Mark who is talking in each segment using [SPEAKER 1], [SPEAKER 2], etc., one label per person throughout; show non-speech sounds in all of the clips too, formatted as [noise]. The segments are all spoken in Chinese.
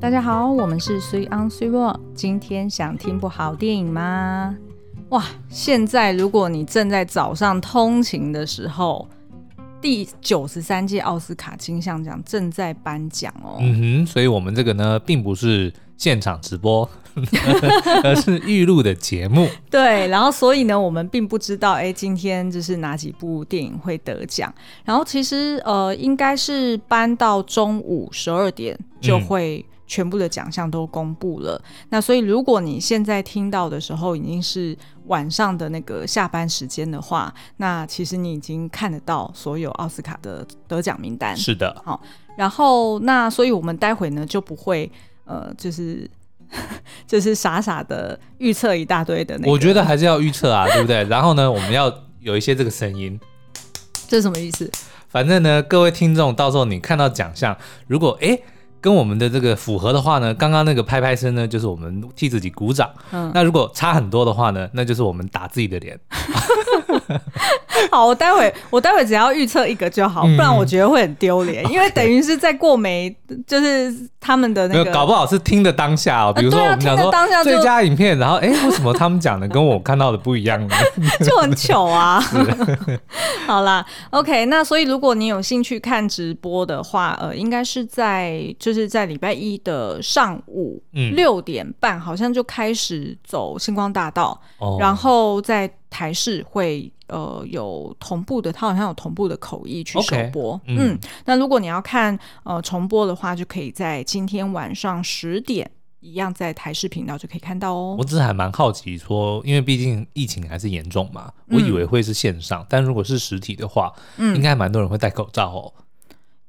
[SPEAKER 1] 大家好，我们是 Three on Three Roll。今天想听部好电影吗？哇，现在如果你正在早上通勤的时候，第九十三届奥斯卡金像奖正在颁奖哦。
[SPEAKER 2] 嗯哼，所以我们这个呢，并不是现场直
[SPEAKER 1] [laughs]
[SPEAKER 2] 播，而是预录的节目。
[SPEAKER 1] 对，然后所以呢，我们并不知道，哎，今天就是哪几部电影会得奖。然后其实呃，应该是搬到中午十二点就会全部的奖项都公布了。那所以如果你现在听到的时候已经是晚上的那个下班时间的话，那其实你已经看得到所有奥斯卡的得奖名单。
[SPEAKER 2] 是的，
[SPEAKER 1] 然后那所以我们待会呢就不会呃，就是 [laughs] 就是傻傻的预测一大堆的那个。
[SPEAKER 2] 我觉得还是要预测啊，对不对？然后呢，我们要有一些这个声音。
[SPEAKER 1] 这是什么意思？ [laughs]
[SPEAKER 2] 反正呢，各位听众，到时候你看到奖项，如果诶跟我们的这个符合的话呢，刚刚那个拍拍声呢，就是我们替自己鼓掌。
[SPEAKER 1] 嗯，
[SPEAKER 2] 那如果差很多的话呢，那就是我们打自己的脸。
[SPEAKER 1] 好，我待会我待会只要预测一个就好，不
[SPEAKER 2] 嗯
[SPEAKER 1] 然我觉得会很丢脸，因为等于是在过没，就是他们的
[SPEAKER 2] 没
[SPEAKER 1] 那
[SPEAKER 2] 有，
[SPEAKER 1] 个
[SPEAKER 2] 搞不好是听的当下哦。比如说
[SPEAKER 1] 对啊
[SPEAKER 2] 我们
[SPEAKER 1] 听
[SPEAKER 2] 讲
[SPEAKER 1] 的
[SPEAKER 2] 说
[SPEAKER 1] 当下就
[SPEAKER 2] 最佳影片，然后诶，为什么他们讲的跟我看到的不一样
[SPEAKER 1] [laughs]
[SPEAKER 2] 呢？
[SPEAKER 1] [laughs] 就很糗啊。 [laughs] 好啦，OK，那所以如果你有兴趣看直播的话，呃，应该是在就是在礼拜一的上午
[SPEAKER 2] 嗯
[SPEAKER 1] 六点半，好像就开始走星光大道，
[SPEAKER 2] 哦
[SPEAKER 1] 然后在台视会呃有同步的，它好像有同步的口译去首
[SPEAKER 2] OK，
[SPEAKER 1] 播。
[SPEAKER 2] 嗯
[SPEAKER 1] 嗯，那如果你要看呃重播的话，就可以在今天晚上十点。一样在台视频道就可以看到哦
[SPEAKER 2] 我。只是还蛮好奇说，因为毕竟疫情还是严重嘛，
[SPEAKER 1] 嗯
[SPEAKER 2] 我以为会是线上，但如果是实体的话，应
[SPEAKER 1] 嗯，
[SPEAKER 2] 该蛮多人会戴口罩哦。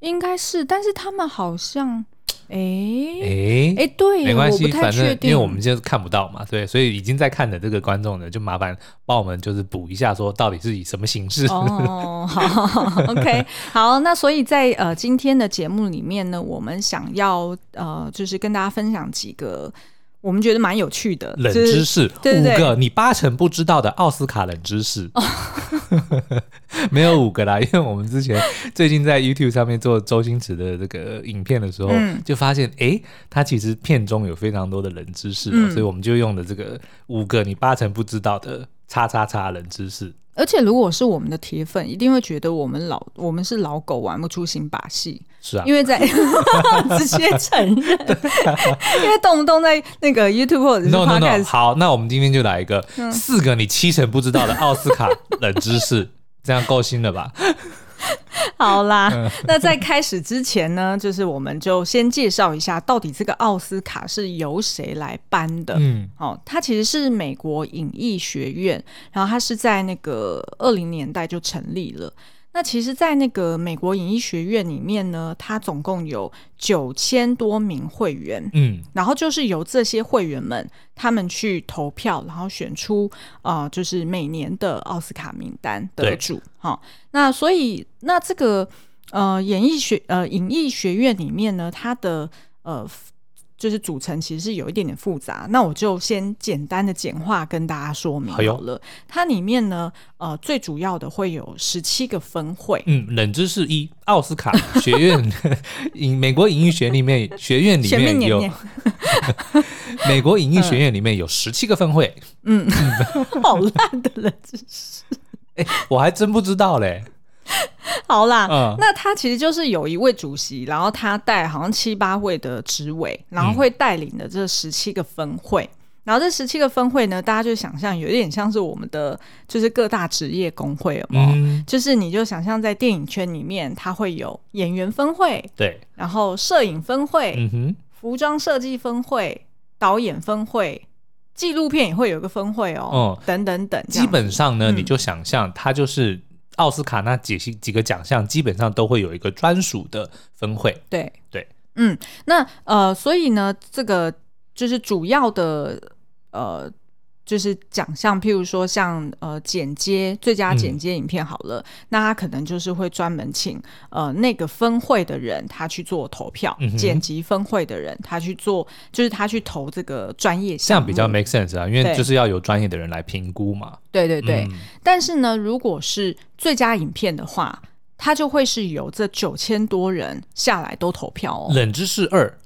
[SPEAKER 1] 应该是，但是他们好像，诶
[SPEAKER 2] 诶，
[SPEAKER 1] 诶，对耶，
[SPEAKER 2] 没关
[SPEAKER 1] 我不
[SPEAKER 2] 系，
[SPEAKER 1] 太
[SPEAKER 2] 反正
[SPEAKER 1] 确
[SPEAKER 2] 因
[SPEAKER 1] 定，
[SPEAKER 2] 为我们就是看不到嘛，对，所以已经在看的这个观众呢，就麻烦帮我们就是补一下，说到底是以什么形式。
[SPEAKER 1] 哦，好 [laughs] ，OK，好，
[SPEAKER 2] [laughs]
[SPEAKER 1] 那所以在呃今天的节目里面呢，我们想要呃就是跟大家分享几个我们觉得蛮有趣的
[SPEAKER 2] 冷
[SPEAKER 1] 就
[SPEAKER 2] 知
[SPEAKER 1] 是
[SPEAKER 2] 识，
[SPEAKER 1] 对对对
[SPEAKER 2] 五个你八成不知道的奥斯卡冷知识， [laughs] 没有五个啦，因为我们之前最近在 YouTube 上面做周星驰的这个影片的时候，
[SPEAKER 1] 嗯
[SPEAKER 2] 就发现诶，他其实片中有非常多的冷知识哦、
[SPEAKER 1] 嗯
[SPEAKER 2] 所以我们就用的这个五个你八成不知道的叉叉叉冷知识。
[SPEAKER 1] 而且如果是我们的铁粉，一定会觉得我们老我们是老狗玩不出新把戏，
[SPEAKER 2] 是啊，
[SPEAKER 1] 因为在 [laughs] 直接承认，因为动不动在那个 YouTube 或者是
[SPEAKER 2] No no no，
[SPEAKER 1] Podcast，嗯
[SPEAKER 2] 好，那我们今天就来一个、四个你七成不知道的奥斯卡冷知识，这样够新了吧？
[SPEAKER 1] 好啦，那在开始之前呢，就是我们就先介绍一下到底这个奥斯卡是由谁来颁的。
[SPEAKER 2] 嗯，
[SPEAKER 1] 哦，它其实是美国影艺学院，然后它是在那个二零年代就成立了。那其实，在那个美国影艺学院里面呢，它总共有九千多名会员，
[SPEAKER 2] 嗯，
[SPEAKER 1] 然后就是由这些会员们他们去投票，然后选出呃，就是每年的奥斯卡名单得
[SPEAKER 2] 对
[SPEAKER 1] 主。好、那所以那这个呃演艺学呃影艺学院里面呢，它的呃 f- 就是组成其实是有一点点复杂。那我就先简单的简化跟大家说明
[SPEAKER 2] 好哟
[SPEAKER 1] 好了。它里面呢，呃，最主要的会有十七个分会。
[SPEAKER 2] 嗯，冷知识一，奥斯
[SPEAKER 1] [laughs]
[SPEAKER 2] 卡学院 [laughs] 影美国影艺学里面学院嗯里
[SPEAKER 1] 全面
[SPEAKER 2] 面
[SPEAKER 1] 年
[SPEAKER 2] 有
[SPEAKER 1] 年， [laughs]
[SPEAKER 2] 美国影艺学院里面有十七个分会，
[SPEAKER 1] 嗯，好烂的人真是。
[SPEAKER 2] 哎、我还真不知道嘞。
[SPEAKER 1] 好啦，
[SPEAKER 2] [laughs] 嗯，
[SPEAKER 1] 那他其实就是有一位主席，然后他带好像七八位的职委，
[SPEAKER 2] 嗯
[SPEAKER 1] 然后会带领的这十七个分会。然后这十七个分会呢，大家就想象有点像是我们的就是各大职业工会有没有
[SPEAKER 2] 嗯，
[SPEAKER 1] 就是你就想象在电影圈里面，它会有演员分会，
[SPEAKER 2] 对，
[SPEAKER 1] 然后摄影分会、
[SPEAKER 2] 嗯哼，
[SPEAKER 1] 服装设计分会、导演分会、纪录片也会有一个分会哦，
[SPEAKER 2] 嗯
[SPEAKER 1] 等等等这样
[SPEAKER 2] 基
[SPEAKER 1] 子。
[SPEAKER 2] 本上呢，
[SPEAKER 1] 嗯
[SPEAKER 2] 你就想象它就是奥斯卡那几几个奖项，基本上都会有一个专属的分会。
[SPEAKER 1] 对
[SPEAKER 2] 对，
[SPEAKER 1] 嗯，那呃，所以呢，这个就是主要的呃，就是奖项，譬如说像呃剪接最
[SPEAKER 2] 嗯
[SPEAKER 1] 佳剪接影片好了，那他可能就是会专门请呃那个分会的人他去做投票，
[SPEAKER 2] 嗯哼
[SPEAKER 1] 剪辑分会的人他去做，就是他去投这个专业
[SPEAKER 2] 这
[SPEAKER 1] 项
[SPEAKER 2] 样
[SPEAKER 1] 目，
[SPEAKER 2] 比较 make sense 啊，因为
[SPEAKER 1] 嗯对
[SPEAKER 2] 就是要有专业的人来评估嘛。
[SPEAKER 1] 对对对。
[SPEAKER 2] 嗯
[SPEAKER 1] 但是呢，如果是最佳影片的话。它就会是由这九千多人下来都投票哦，
[SPEAKER 2] 冷知识二，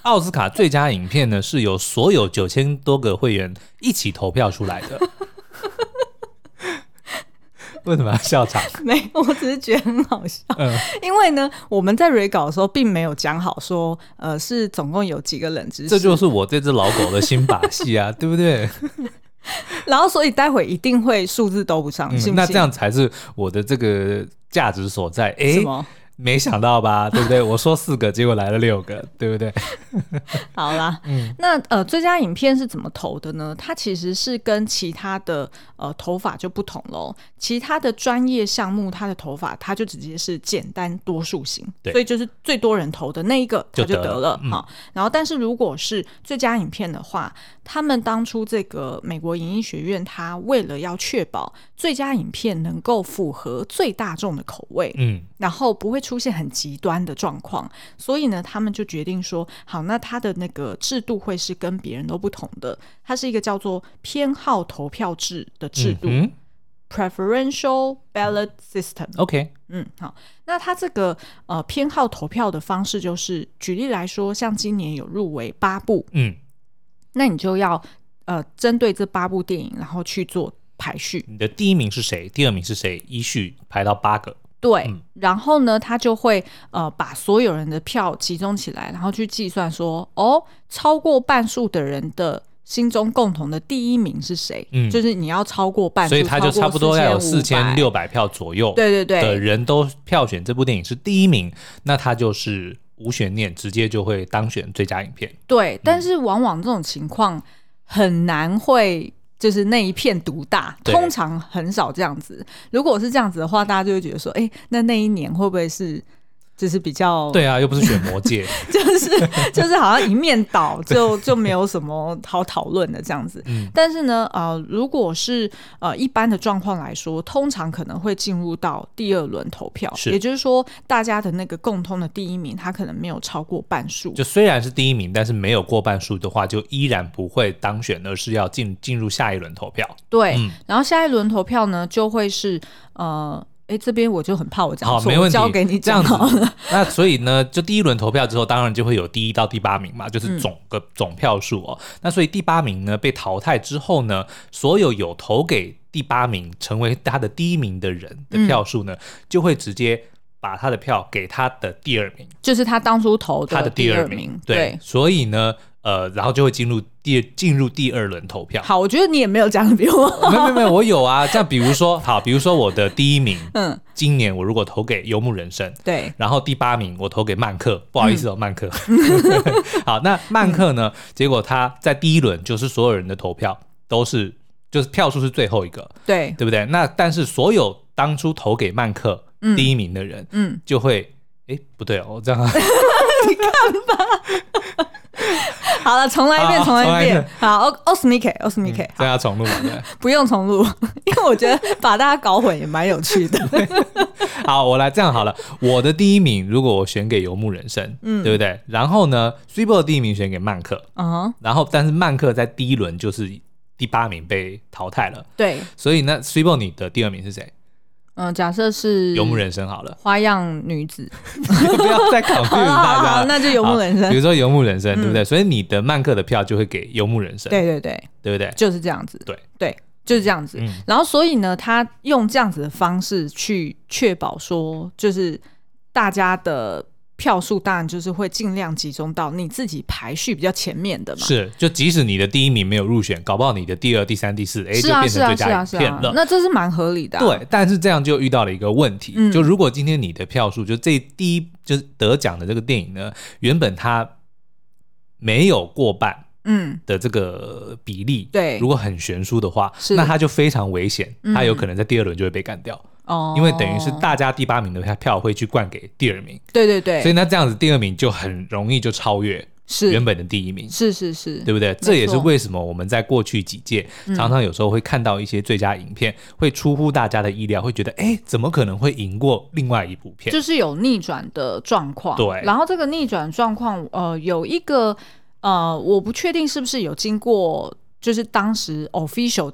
[SPEAKER 2] 奥斯卡最佳影片呢是由所有九千多个会员一起投票出来的。为什么要笑场？
[SPEAKER 1] [laughs] 没，我只是觉得很好笑。
[SPEAKER 2] 嗯
[SPEAKER 1] 因为呢，我们在 re 稿的时候并没有讲好说，呃，是总共有几个冷知识，
[SPEAKER 2] 这就是我对这老狗的新把戏啊，对不对？
[SPEAKER 1] 然后所以待会一定会数字都不上，信
[SPEAKER 2] 嗯
[SPEAKER 1] 不信？
[SPEAKER 2] 那这样才是我的这个价值所在。诶
[SPEAKER 1] 什，么？
[SPEAKER 2] 没想到吧，对不对？我说四个，结果来了六个，对不对？
[SPEAKER 1] [laughs] 好啦，那呃，最佳影片是怎么投的呢？它其实是跟其他的呃投法就不同喽。其他的专业项目，它的投法它就直接是简单多数型，
[SPEAKER 2] 对
[SPEAKER 1] 所以就是最多人投的那一个它
[SPEAKER 2] 就
[SPEAKER 1] 就
[SPEAKER 2] 得
[SPEAKER 1] 得
[SPEAKER 2] 了
[SPEAKER 1] 了啊、好然后，但是如果是最佳影片的话，他们当初这个美国影艺学院，它为了要确保最佳影片能够符合最大众的口味，
[SPEAKER 2] 嗯，
[SPEAKER 1] 然后不会出现很极端的状况，所以呢，他们就决定说，好，那他的那个制度会是跟别人都不同的，它是一个叫做偏好投票制的制度、
[SPEAKER 2] 嗯
[SPEAKER 1] p r e f e r e n t i a l Ballot System）。
[SPEAKER 2] ，OK，
[SPEAKER 1] 嗯，好，那它这个呃偏好投票的方式，就是举例来说，像今年有入围八部，
[SPEAKER 2] 嗯，
[SPEAKER 1] 那你就要呃针对这八部电影，然后去做排序。
[SPEAKER 2] 你的第一名是谁？第二名是谁？依序排到八个。
[SPEAKER 1] 对，
[SPEAKER 2] 嗯
[SPEAKER 1] 然后呢，他就会呃把所有人的票集中起来，然后去计算说，哦，超过半数的人的心中共同的第一名是谁？
[SPEAKER 2] 嗯
[SPEAKER 1] 就是你要哎超过半数，
[SPEAKER 2] 所以他就差不多要有四
[SPEAKER 1] 四
[SPEAKER 2] 千。六百票左右
[SPEAKER 1] 对对
[SPEAKER 2] 的
[SPEAKER 1] 对，
[SPEAKER 2] 人都票选这部电影是第一名，那他就是无悬念，直接就会当选最佳影片。
[SPEAKER 1] 对，但是往往这种情况很难会。就是那一片独大，
[SPEAKER 2] 对
[SPEAKER 1] 通常很少这样子。如果是这样子的话，大家就会觉得说，哎、那那一年会不会是就是比较
[SPEAKER 2] 对 [laughs] 啊，又不是选魔界，
[SPEAKER 1] [laughs] 就是就是好像一面倒，就就没有什么好讨论的这样子。
[SPEAKER 2] 嗯
[SPEAKER 1] 但是呢，呃，如果是呃一般的状况来说，通常可能会进入到第二轮投票，
[SPEAKER 2] 是
[SPEAKER 1] 也就是说，大家的那个共通的第一名，他可能没有超过半数。
[SPEAKER 2] 就虽然是第一名，但是没有过半数的话，就依然不会当选，而是要进进入下一轮投 [laughs] 票。
[SPEAKER 1] 对，
[SPEAKER 2] 嗯
[SPEAKER 1] 然后下一轮投票呢，就会是呃。哎，这边我就很怕我讲
[SPEAKER 2] 好，
[SPEAKER 1] 错，
[SPEAKER 2] 没问题，
[SPEAKER 1] 我交给你
[SPEAKER 2] 这
[SPEAKER 1] 讲
[SPEAKER 2] 样子
[SPEAKER 1] 好了。。
[SPEAKER 2] 那所以呢，就第一轮投票之后，当然就会有第一到第八名嘛，就是总个、总票数哦。那所以第八名呢被淘汰之后呢，所有有投给第八名成为他的第一名的人的票数呢，就会直接把他的票给他的第二名，
[SPEAKER 1] [laughs] 就是他当初投
[SPEAKER 2] 他的
[SPEAKER 1] 第
[SPEAKER 2] 二
[SPEAKER 1] 名，
[SPEAKER 2] 对，
[SPEAKER 1] 对。
[SPEAKER 2] 所以呢，呃，然后就会进入第进入第二轮投票。
[SPEAKER 1] 好，我觉得你也没有讲的比我好。
[SPEAKER 2] 没有没有没有，我有啊。 [laughs] 像比如说，好，比如说我的第一名，
[SPEAKER 1] 嗯，
[SPEAKER 2] 今年我如果投给游牧人生，
[SPEAKER 1] 对，
[SPEAKER 2] 然后第八名我投给曼克，不好意思哦，曼 [laughs] 克。好，那曼克呢？结果他在第一轮就是所有人的投票都是，就是票数是最后一个，
[SPEAKER 1] 对，
[SPEAKER 2] 对不对？那但是所有当初投给曼克第一名的人
[SPEAKER 1] 嗯，
[SPEAKER 2] 就会，哎、不对哦，这样 [laughs] 啊
[SPEAKER 1] 好了，重来一遍，
[SPEAKER 2] 好
[SPEAKER 1] 重来一
[SPEAKER 2] 重来一嗯
[SPEAKER 1] 遍。好，O O S M I K O S M I K，
[SPEAKER 2] 这样要重录嘛？对不对。
[SPEAKER 1] 不用重录， [laughs] 因为我觉得把大家搞混也蛮有趣
[SPEAKER 2] [laughs]
[SPEAKER 1] 的。
[SPEAKER 2] 好，我来这样好了。我的第一名，如果我选给游牧人生，嗯，对不对？然后呢 s u p e 的第一名选给曼克，
[SPEAKER 1] 嗯，
[SPEAKER 2] 然后但是曼克在第一轮就是第八名被淘汰了，
[SPEAKER 1] 对，
[SPEAKER 2] 所以那 s u p e 你的第二名是谁？
[SPEAKER 1] 嗯，假设是，
[SPEAKER 2] 游牧人生好了 [laughs]
[SPEAKER 1] 花样女子，
[SPEAKER 2] 不要再考虑
[SPEAKER 1] 好好
[SPEAKER 2] 大
[SPEAKER 1] 好
[SPEAKER 2] 家
[SPEAKER 1] [laughs] 好，
[SPEAKER 2] 了。
[SPEAKER 1] 那就游牧人
[SPEAKER 2] 好比
[SPEAKER 1] 生。
[SPEAKER 2] 如说游牧人生，对不对？所以你的曼克的票就会给游牧人生，
[SPEAKER 1] 对对对，
[SPEAKER 2] 对不对？
[SPEAKER 1] 就是这样子。
[SPEAKER 2] 对
[SPEAKER 1] 对，就是这样子。
[SPEAKER 2] 嗯
[SPEAKER 1] 然后，所以呢，他用这样子的方式去确保说，就是大家的票数，当然就是会尽量集中到你自己排序比较前面的嘛。
[SPEAKER 2] 是，就即使你的第一名没有入选，搞不好你的第二、第三、第四，哎，就是
[SPEAKER 1] 啊，
[SPEAKER 2] 变
[SPEAKER 1] 是啊，
[SPEAKER 2] 成
[SPEAKER 1] 是
[SPEAKER 2] 最佳
[SPEAKER 1] 啊，
[SPEAKER 2] 影
[SPEAKER 1] 是
[SPEAKER 2] 片
[SPEAKER 1] 啊
[SPEAKER 2] 了。。
[SPEAKER 1] 那这是蛮合理的啊。
[SPEAKER 2] 对，但是这样就遇到了一个问题，
[SPEAKER 1] 嗯
[SPEAKER 2] 就如果今天你的票数，就这第一就是得奖的这个电影呢，原本它没有过半
[SPEAKER 1] 嗯。
[SPEAKER 2] 的这个比例，
[SPEAKER 1] 对
[SPEAKER 2] 如果很悬殊的话，
[SPEAKER 1] 是
[SPEAKER 2] 那它就非常危险，
[SPEAKER 1] 嗯
[SPEAKER 2] 它有可能在第二轮就会被干掉，
[SPEAKER 1] 哦，
[SPEAKER 2] 因为等于是大家第八名的票会去灌给第二名，
[SPEAKER 1] 对对哦对，
[SPEAKER 2] 所以那这样子第二名就很容易就超越
[SPEAKER 1] 是
[SPEAKER 2] 原本的第一名。
[SPEAKER 1] 是是是，
[SPEAKER 2] 对不对？
[SPEAKER 1] 错嗯
[SPEAKER 2] 这也是为什么我们在过去几届常常有时候会看到一些最佳影片，会出乎大家的意料，会觉得哎，诶怎么可能会赢过另外一部片？
[SPEAKER 1] 就是有逆转的状况。
[SPEAKER 2] 对
[SPEAKER 1] 然后这个逆转状况，呃，有一个呃，我不确定是不是有经过，就是当时 official。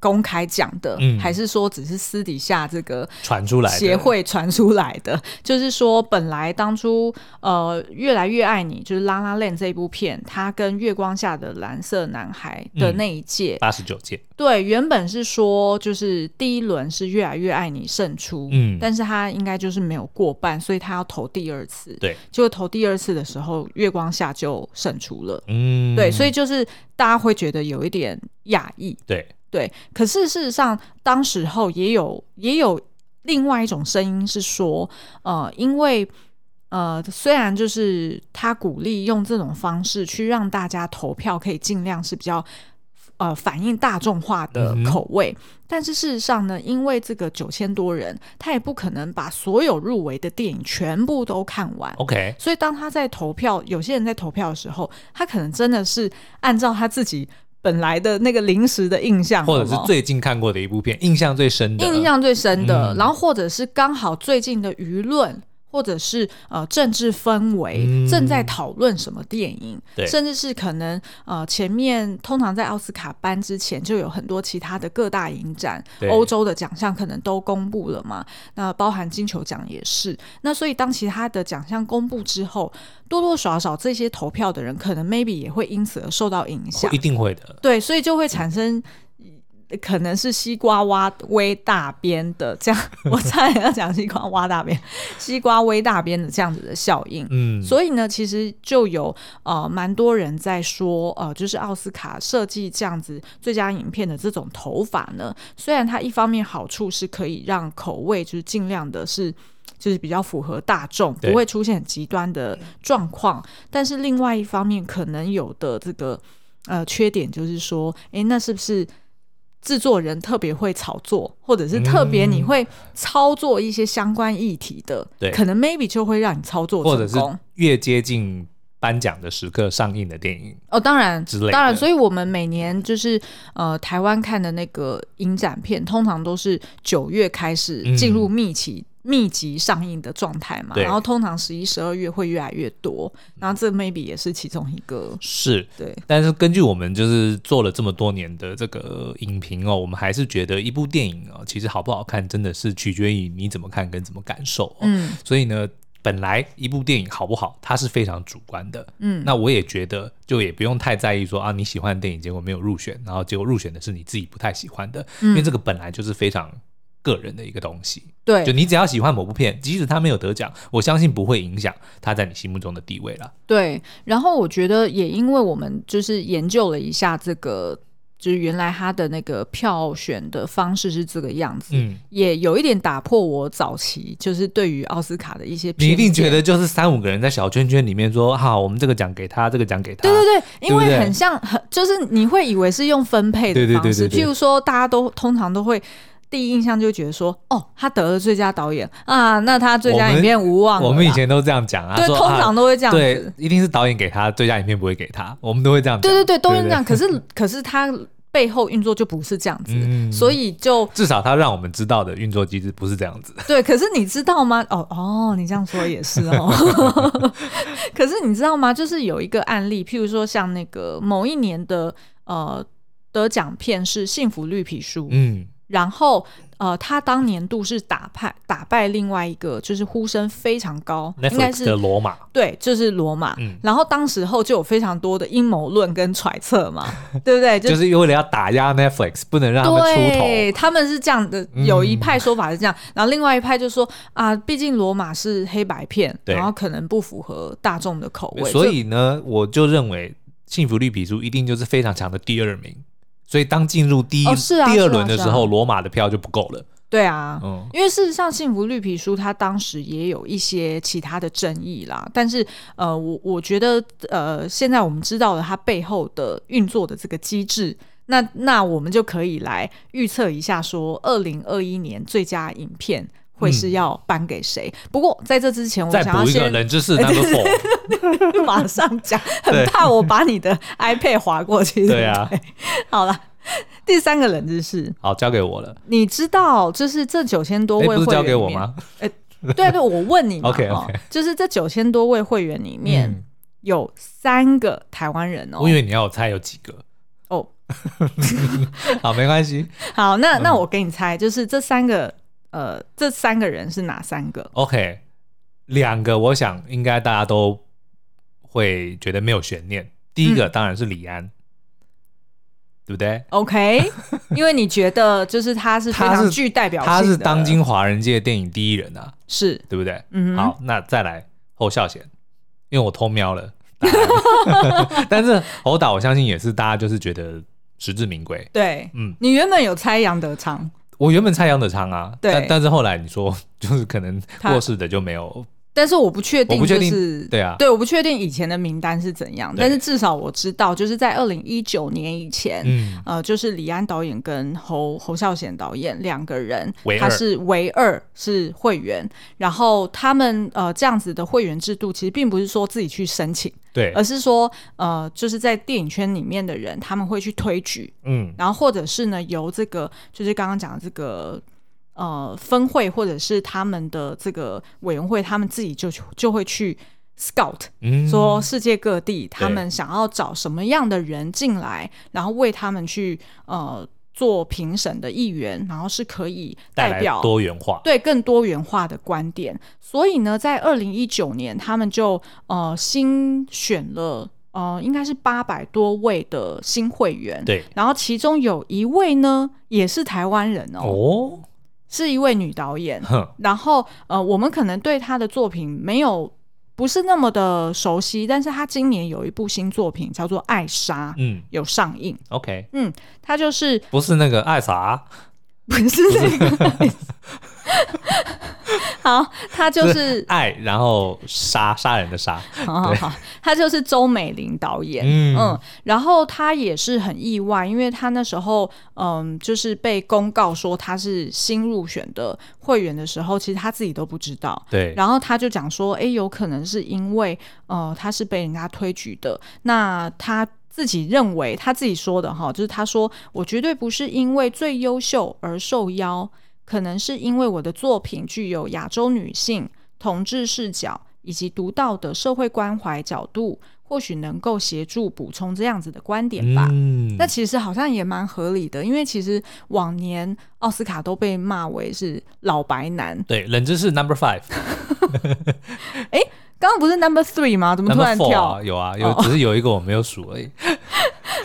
[SPEAKER 1] 公开讲的，
[SPEAKER 2] 嗯
[SPEAKER 1] 还是说只是私底下这个
[SPEAKER 2] 传出来的
[SPEAKER 1] 协会传出来的？ [laughs] 就是说，本来当初呃，《越来越爱你》就是《拉拉链》这一部片，它跟《月光下的蓝色男孩》的
[SPEAKER 2] 嗯
[SPEAKER 1] 那一届，
[SPEAKER 2] 八十九届，
[SPEAKER 1] 对，原本是说就是第一轮是《越来越爱你》胜出，
[SPEAKER 2] 嗯
[SPEAKER 1] 但是他应该就是没有过半，所以他要投第二次。
[SPEAKER 2] 对，
[SPEAKER 1] 结果投第二次的时候，《月光下》就胜出了。
[SPEAKER 2] 嗯，
[SPEAKER 1] 对，所
[SPEAKER 2] 以
[SPEAKER 1] 以就是大家会觉得有一点讶异，
[SPEAKER 2] 对，
[SPEAKER 1] 对。可是事实上，当时候也有也有另外一种声音是说，呃，因为呃，虽然就是他鼓励用这种方式去让大家投票，可以尽量是比较。呃，反映大众化的
[SPEAKER 2] 嗯哼
[SPEAKER 1] 口味，但是事实上呢，因为这个九千多人，他也不可能把所有入围的电影全部都看完，
[SPEAKER 2] OK，
[SPEAKER 1] 所以当他在投票，有些人在投票的时候，他可能真的是按照他自己本来的那个临时的印象，
[SPEAKER 2] 或者是
[SPEAKER 1] 有没有
[SPEAKER 2] 最近看过的一部片，印象最深的，
[SPEAKER 1] 哦印象最深的，
[SPEAKER 2] 嗯
[SPEAKER 1] 然后或者是刚好最近的舆论。或者是呃政治氛围、
[SPEAKER 2] 嗯
[SPEAKER 1] 正在讨论什么电影
[SPEAKER 2] 对，
[SPEAKER 1] 甚至是可能呃前面通常在奥斯卡颁之前就有很多其他的各大影展
[SPEAKER 2] 对，
[SPEAKER 1] 欧洲的奖项可能都公布了嘛，那包含金球奖也是。那所以当其他的奖项公布之后，多多少少这些投票的人可能 maybe 也会因此而受到影响
[SPEAKER 2] 会一，定会的，
[SPEAKER 1] 对，所以就会产生呃可能是西瓜挖微大边的这样， [laughs] 我差点要讲西瓜挖大边，西瓜微大边的这样子的效应。
[SPEAKER 2] 嗯，
[SPEAKER 1] 所以呢，其实就有呃蛮多人在说，呃，就是奥斯卡设计这样子最佳影片的这种头法呢，虽然它一方面好处是可以让口味就是尽量的是。就是比较符合大众，
[SPEAKER 2] 对
[SPEAKER 1] 不会出现很极端的状况。但是另外一方面，可能有的这个呃缺点就是说，诶、那是不是制作人特别会炒作，或者是特别你
[SPEAKER 2] 嗯
[SPEAKER 1] 会操作一些相关议题的？
[SPEAKER 2] 对
[SPEAKER 1] 可能 maybe 就会让你操作
[SPEAKER 2] 或者是
[SPEAKER 1] 成功。
[SPEAKER 2] 越接近颁奖的时刻上映的电影，
[SPEAKER 1] 哦，当然
[SPEAKER 2] 之类，的
[SPEAKER 1] 当然，所以我们每年就是呃，台湾看的那个影展片，通常都是九月开始
[SPEAKER 2] 嗯
[SPEAKER 1] 进入密集、密集上映的状态嘛，
[SPEAKER 2] 对嗯
[SPEAKER 1] 然后通常十一、十二月会越来越多，然后这 maybe 也是其中一个，
[SPEAKER 2] 是
[SPEAKER 1] 对，
[SPEAKER 2] 但是根据我们就是做了这么多年的这个影评哦，我们还是觉得一部电影哦，其实好不好看，真的是取决于你怎么看跟怎么感受哦。
[SPEAKER 1] 嗯
[SPEAKER 2] 所以呢，本来一部电影好不好，它是非常主观的。
[SPEAKER 1] 嗯，
[SPEAKER 2] 那我也觉得，就也不用太在意说啊，你喜欢的电影结果没有入选，然后结果入选的是你自己不太喜欢的，
[SPEAKER 1] 嗯
[SPEAKER 2] 因为这个本来就是非常个人的一个东西。就
[SPEAKER 1] 对
[SPEAKER 2] 你只要喜欢某部片，即使它没有得奖，我相信不会影响它在你心目中的地位啦。
[SPEAKER 1] 对，然后我觉得也因为我们就是研究了一下这个。就是原来他的那个票选的方式是这个样子，
[SPEAKER 2] 嗯，
[SPEAKER 1] 也有一点打破我早期就是对于奥斯卡的一些
[SPEAKER 2] 你
[SPEAKER 1] 偏
[SPEAKER 2] 一
[SPEAKER 1] 见。
[SPEAKER 2] 定觉得就是三五个人在小圈圈里面说，好，我们这个奖给他，这个奖给他。
[SPEAKER 1] 对对对，因
[SPEAKER 2] 啊对不
[SPEAKER 1] 为
[SPEAKER 2] 对
[SPEAKER 1] 很像，很就是你会以为是用分配的
[SPEAKER 2] 对对对
[SPEAKER 1] 方式，
[SPEAKER 2] 对对
[SPEAKER 1] 譬如说大家都通常都会。第一印象就觉得说，哦，他得了最佳导演啊，那他最佳
[SPEAKER 2] 我们
[SPEAKER 1] 影片无望了啦
[SPEAKER 2] 我们以前都这样讲啊，
[SPEAKER 1] 对
[SPEAKER 2] 说
[SPEAKER 1] 通常
[SPEAKER 2] 啊
[SPEAKER 1] 都会这样
[SPEAKER 2] 对
[SPEAKER 1] 子，，
[SPEAKER 2] 一定是导演给他最佳影片，不会给他，我们都会这样讲。
[SPEAKER 1] 对对对，都是
[SPEAKER 2] 不
[SPEAKER 1] 这样。可是可是他背后运作就不是这样子，
[SPEAKER 2] 嗯
[SPEAKER 1] 所以就
[SPEAKER 2] 至少他让我们知道的运作机制不是这样子。
[SPEAKER 1] 对，可是你知道吗？哦哦，你这样说也是
[SPEAKER 2] [laughs]
[SPEAKER 1] 哦。可是你知道吗？就是有一个案例，譬如说像那个某一年的呃得奖片是《幸福绿皮书》，
[SPEAKER 2] 嗯，
[SPEAKER 1] 然后呃，他当年度是打败打败另外一个，就是呼声非常高，应该
[SPEAKER 2] Netflix 的
[SPEAKER 1] 是
[SPEAKER 2] 罗马，
[SPEAKER 1] 对，就是罗马。
[SPEAKER 2] 嗯
[SPEAKER 1] 然后当时候就有非常多的阴谋论跟揣测
[SPEAKER 2] [laughs]
[SPEAKER 1] 嘛，对不对？就
[SPEAKER 2] 就是为了要打压 Netflix，不能让他们出头。
[SPEAKER 1] 对，他们是这样的，
[SPEAKER 2] 嗯
[SPEAKER 1] 有一派说法是这样，然后另外一派就说啊，毕竟罗马是黑白片，
[SPEAKER 2] 对
[SPEAKER 1] 然后可能不符合大众的口味，
[SPEAKER 2] 所
[SPEAKER 1] 就
[SPEAKER 2] 以呢，我就认为《幸福绿皮书》一定就是非常强的第二名。所以当进入第一、
[SPEAKER 1] 哦是啊
[SPEAKER 2] 第二轮的
[SPEAKER 1] 是
[SPEAKER 2] 时
[SPEAKER 1] 啊是
[SPEAKER 2] 候，
[SPEAKER 1] 啊
[SPEAKER 2] 罗、马的票就不够了。
[SPEAKER 1] 对啊，
[SPEAKER 2] 嗯，
[SPEAKER 1] 因为事实上，《幸福绿皮书》它当时也有一些其他的争议啦，但是呃，我我觉得呃，现在我们知道了它背后的运作的这个机制，那那我们就可以来预测一下说，二零二一年最佳影片会是要颁给谁。不过在这之前，我
[SPEAKER 2] 嗯再
[SPEAKER 1] 想要
[SPEAKER 2] 补一个
[SPEAKER 1] 先
[SPEAKER 2] 冷知
[SPEAKER 1] [laughs]
[SPEAKER 2] 识 Number Four，
[SPEAKER 1] 马上讲，
[SPEAKER 2] 对
[SPEAKER 1] 很怕我把你
[SPEAKER 2] [laughs]
[SPEAKER 1] 的 iPad 划过去。
[SPEAKER 2] 对啊，
[SPEAKER 1] 好了。第三个冷知识，
[SPEAKER 2] 好，交给我了。
[SPEAKER 1] 你知道，就是这九千多
[SPEAKER 2] 哎、
[SPEAKER 1] 位会员
[SPEAKER 2] 不是交给
[SPEAKER 1] 里
[SPEAKER 2] 我
[SPEAKER 1] 面
[SPEAKER 2] 吗？
[SPEAKER 1] 对对，我问你嘛
[SPEAKER 2] OK，OK
[SPEAKER 1] 哦就是这九千多位会员里面、
[SPEAKER 2] 嗯
[SPEAKER 1] 有三个台湾人哦
[SPEAKER 2] 我以，为你要我猜有几个。
[SPEAKER 1] 哦，
[SPEAKER 2] [laughs] 好，没关系。
[SPEAKER 1] 好，那
[SPEAKER 2] 嗯
[SPEAKER 1] 那我给你猜，就是这三个呃，这三个人是哪三个？
[SPEAKER 2] OK，两个我想应该大家都会觉得没有悬念。第
[SPEAKER 1] 嗯
[SPEAKER 2] 一个当然是李安，对不对？ [laughs]
[SPEAKER 1] OK，因为你觉得就是他是非
[SPEAKER 2] 他
[SPEAKER 1] 常
[SPEAKER 2] 是
[SPEAKER 1] 具代表性的，
[SPEAKER 2] 他是当今华人界电影第一人啊，
[SPEAKER 1] 是
[SPEAKER 2] 对不对？
[SPEAKER 1] 嗯哼
[SPEAKER 2] 好，那再来侯孝贤，因为我偷瞄了，答案 [laughs] 但是侯导我相信也是大家就是觉得实至名归。
[SPEAKER 1] 对，
[SPEAKER 2] 嗯，
[SPEAKER 1] 你原本有猜杨德昌，
[SPEAKER 2] 我原本猜杨德昌啊，
[SPEAKER 1] 对
[SPEAKER 2] 但但是后来你说 [laughs] 就是可能
[SPEAKER 1] 他
[SPEAKER 2] 过世的就没有，
[SPEAKER 1] 但是我不确定，
[SPEAKER 2] 我不确定
[SPEAKER 1] 就是
[SPEAKER 2] 对啊
[SPEAKER 1] 对，我不确定以前的名单是怎样，
[SPEAKER 2] 对
[SPEAKER 1] 但是至少我知道，就是在二零一九年以前。
[SPEAKER 2] 嗯，
[SPEAKER 1] 呃，就是李安导演跟侯侯孝贤导演两个人
[SPEAKER 2] 唯，
[SPEAKER 1] 他
[SPEAKER 2] 二
[SPEAKER 1] 是唯二是会员，然后他们呃这样子的会员制度其实并不是说自己去申请，
[SPEAKER 2] 对，
[SPEAKER 1] 而是说呃就是在电影圈里面的人他们会去推举，
[SPEAKER 2] 嗯，
[SPEAKER 1] 然后或者是呢，由这个就是刚刚讲的这个呃分会或者是他们的这个委员会，他们自己就就会去 scout，、
[SPEAKER 2] 嗯
[SPEAKER 1] 说世界各地他们想要找什么样的人进来，然后为他们去呃做评审的议员，然后是可以
[SPEAKER 2] 带
[SPEAKER 1] 代
[SPEAKER 2] 来
[SPEAKER 1] 表
[SPEAKER 2] 多元化，
[SPEAKER 1] 对更多元化的观点。所以呢，在二零一九年，他们就呃新选了呃应该是八百多位的新会员，
[SPEAKER 2] 对
[SPEAKER 1] 然后其中有一位呢也是台湾人哦，
[SPEAKER 2] 哦，
[SPEAKER 1] 是一位女导演。
[SPEAKER 2] 哼，
[SPEAKER 1] 然后呃，我们可能对她的作品没有。不是那么的熟悉，但是她今年有一部新作品叫做《爱莎》，
[SPEAKER 2] 嗯
[SPEAKER 1] 有上映。
[SPEAKER 2] ，OK，
[SPEAKER 1] 她就是 [laughs]
[SPEAKER 2] 不是那个爱啥，
[SPEAKER 1] 不是那个
[SPEAKER 2] [laughs]
[SPEAKER 1] [laughs] 好，她就是
[SPEAKER 2] 爱，然后杀杀人的杀，
[SPEAKER 1] 好好好，他就是周美玲导演，嗯
[SPEAKER 2] 嗯
[SPEAKER 1] 然后他也是很意外，因为他那时候嗯，就是被公告说他是新入选的会员的时候，其实他自己都不知道。
[SPEAKER 2] 对，
[SPEAKER 1] 然后他就讲说，诶，有可能是因为呃，他是被人家推举的，那他。自己认为他自己说的哈，就是他说我绝对不是因为最优秀而受邀，可能是因为我的作品具有亚洲女性、同志视角以及独到的社会关怀角度，或许能够协助补充这样子的观点吧。
[SPEAKER 2] 嗯
[SPEAKER 1] 那其实好像也蛮合理的，因为其实往年奥斯卡都被骂为是老白男，
[SPEAKER 2] 对，冷知识 Number Five。
[SPEAKER 1] 刚刚不是 number three 吗？怎么突
[SPEAKER 2] Number
[SPEAKER 1] 然
[SPEAKER 2] Four
[SPEAKER 1] 跳？哦
[SPEAKER 2] 啊，有啊，有，只是有一个我没有数而已。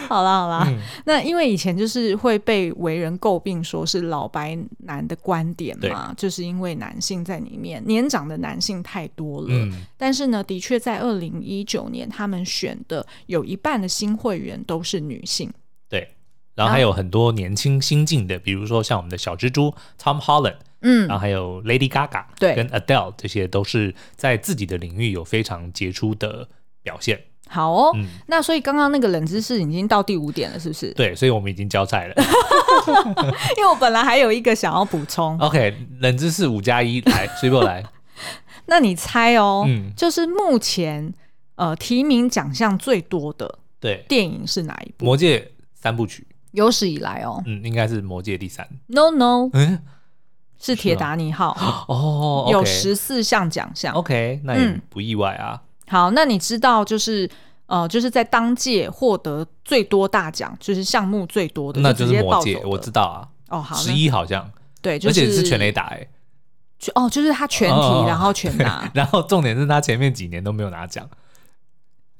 [SPEAKER 1] 好啦好啦，
[SPEAKER 2] 嗯
[SPEAKER 1] 那因为以前就是会被为人诟病说是老白男的观点嘛，就是因为男性在里面年长的男性太多了。
[SPEAKER 2] 嗯，
[SPEAKER 1] 但是呢，的确在二零一九年他们选的有一半的新会员都是女性。
[SPEAKER 2] 对。然后还有很多年轻新进的，比如说像我们的小蜘蛛 Tom Holland，
[SPEAKER 1] 嗯
[SPEAKER 2] 然后还有 Lady Gaga，
[SPEAKER 1] 对
[SPEAKER 2] 跟 Adele 这些都是在自己的领域有非常杰出的表现。
[SPEAKER 1] 好哦，
[SPEAKER 2] 嗯
[SPEAKER 1] 那所以刚刚那个冷知识已经到第五点了，是不是？
[SPEAKER 2] 对，所以我们已经交代了。
[SPEAKER 1] 因为我本来还有一个想要补充，
[SPEAKER 2] OK，冷 [laughs] 知识五加一，来，随波来。
[SPEAKER 1] 那你猜哦，
[SPEAKER 2] 嗯
[SPEAKER 1] 就是目前呃提名奖项最多的
[SPEAKER 2] 对，《
[SPEAKER 1] 电影是哪一部？
[SPEAKER 2] 魔戒》三部曲，
[SPEAKER 1] 有史以来哦
[SPEAKER 2] 嗯，应该是《魔戒》第三。
[SPEAKER 1] ，No No
[SPEAKER 2] 嗯，
[SPEAKER 1] 是铁达尼
[SPEAKER 2] [laughs]
[SPEAKER 1] 号，
[SPEAKER 2] 哦，
[SPEAKER 1] 有
[SPEAKER 2] OK
[SPEAKER 1] 十四项奖项。
[SPEAKER 2] OK，那也
[SPEAKER 1] 嗯
[SPEAKER 2] 不意外啊。
[SPEAKER 1] 好，那你知道就是呃，就是在当届获得最多大奖，就是项目最多的，
[SPEAKER 2] 那
[SPEAKER 1] 就
[SPEAKER 2] 就
[SPEAKER 1] 直接
[SPEAKER 2] 是
[SPEAKER 1] 抱
[SPEAKER 2] 魔
[SPEAKER 1] 走
[SPEAKER 2] 戒，
[SPEAKER 1] 的
[SPEAKER 2] 我知道啊，
[SPEAKER 1] 哦，好，
[SPEAKER 2] 十
[SPEAKER 1] 那
[SPEAKER 2] 一好像，
[SPEAKER 1] 对，
[SPEAKER 2] 而
[SPEAKER 1] 就是
[SPEAKER 2] 且是全雷达哎。
[SPEAKER 1] 就哦，就是他全题，
[SPEAKER 2] 哦。
[SPEAKER 1] 然后全拿
[SPEAKER 2] [laughs] 然后重点是他前面几年都没有拿奖，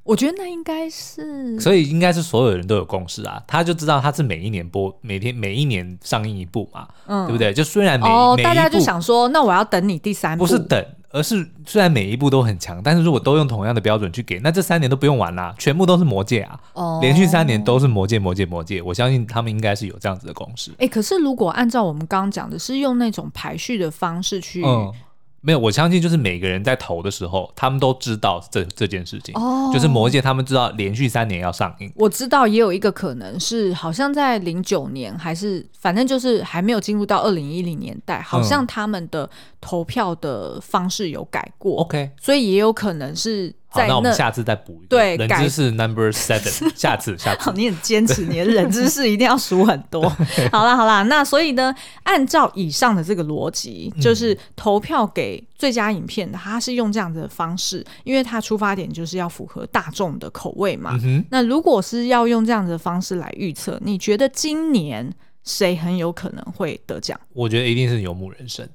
[SPEAKER 1] 我觉得那应该是
[SPEAKER 2] 所以应该是所有人都有共识啊。他就知道他是每一年播，每天每一年上映一部嘛，
[SPEAKER 1] 嗯
[SPEAKER 2] 对不对？就虽然每、
[SPEAKER 1] 哦，
[SPEAKER 2] 每一部
[SPEAKER 1] 大家就想说，那我要等你第三部，
[SPEAKER 2] 不是等，而是虽然每一部都很强，但是如果都用同样的标准去给，那这三年都不用玩啦，全部都是魔戒啊，
[SPEAKER 1] 哦
[SPEAKER 2] 连续三年都是魔戒魔戒魔戒。我相信他们应该是有这样子的共识。
[SPEAKER 1] 哎、可是如果按照我们刚刚讲的，是用那种排序的方式去，
[SPEAKER 2] 嗯，没有，我相信就是每个人在投的时候，他们都知道这这件事情，
[SPEAKER 1] 哦
[SPEAKER 2] 就是魔戒他们知道连续三年要上映。
[SPEAKER 1] 我知道也有一个可能是，好像在零九年还是反正就是还没有进入到二零一零年代，好像他们的投票的方式有改过，
[SPEAKER 2] OK，
[SPEAKER 1] 所以也有可能是
[SPEAKER 2] 好，
[SPEAKER 1] 在
[SPEAKER 2] 那我们
[SPEAKER 1] 那
[SPEAKER 2] 下次再补一个。
[SPEAKER 1] 对
[SPEAKER 2] 人
[SPEAKER 1] 改
[SPEAKER 2] 知是
[SPEAKER 1] [laughs]
[SPEAKER 2] number seven，下次下
[SPEAKER 1] 好，
[SPEAKER 2] 次。
[SPEAKER 1] [laughs] 你很坚持你的冷知识一定要数很
[SPEAKER 2] [laughs]
[SPEAKER 1] 多。好啦好啦，那所以呢，按照以上的这个逻辑，就是投票给最佳影片的，它是用这样子的方式，因为它出发点就是要符合大众的口味嘛。
[SPEAKER 2] 嗯哼，
[SPEAKER 1] 那如果是要用这样子的方式来预测，你觉得今年谁很有可能会得奖？
[SPEAKER 2] 我觉得一定是游牧人生，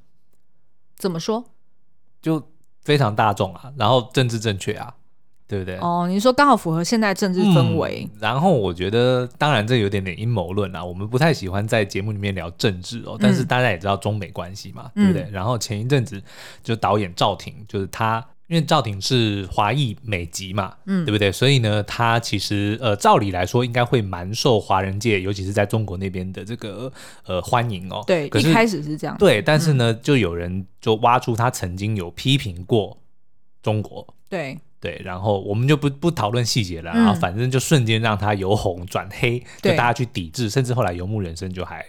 [SPEAKER 1] 怎么说？
[SPEAKER 2] 就非常大众啊，然后政治正确啊，对不对？
[SPEAKER 1] 哦，你说刚好符合现在政治氛围，
[SPEAKER 2] 嗯然后我觉得，当然这有点点阴谋论啦，我们不太喜欢在节目里面聊政治
[SPEAKER 1] 嗯
[SPEAKER 2] 哦，但是大家也知道中美关系嘛，对不对？然后前一阵子就导演赵婷，就是他。因为赵婷是华裔美籍嘛，嗯，对不对？所以呢，他其实呃，照理来说应该会蛮受华人界，尤其是在中国那边的这个呃欢迎哦。
[SPEAKER 1] 对，嗯
[SPEAKER 2] 可是
[SPEAKER 1] 一开始是这样，
[SPEAKER 2] 对，但是呢，就有人就挖出他曾经有批评过中国，
[SPEAKER 1] 对
[SPEAKER 2] 对，然后我们就不不讨论细节了，
[SPEAKER 1] 嗯
[SPEAKER 2] 然后反正就瞬间让他由红转黑，就
[SPEAKER 1] 对
[SPEAKER 2] 大家去抵制，甚至后来游牧人生就还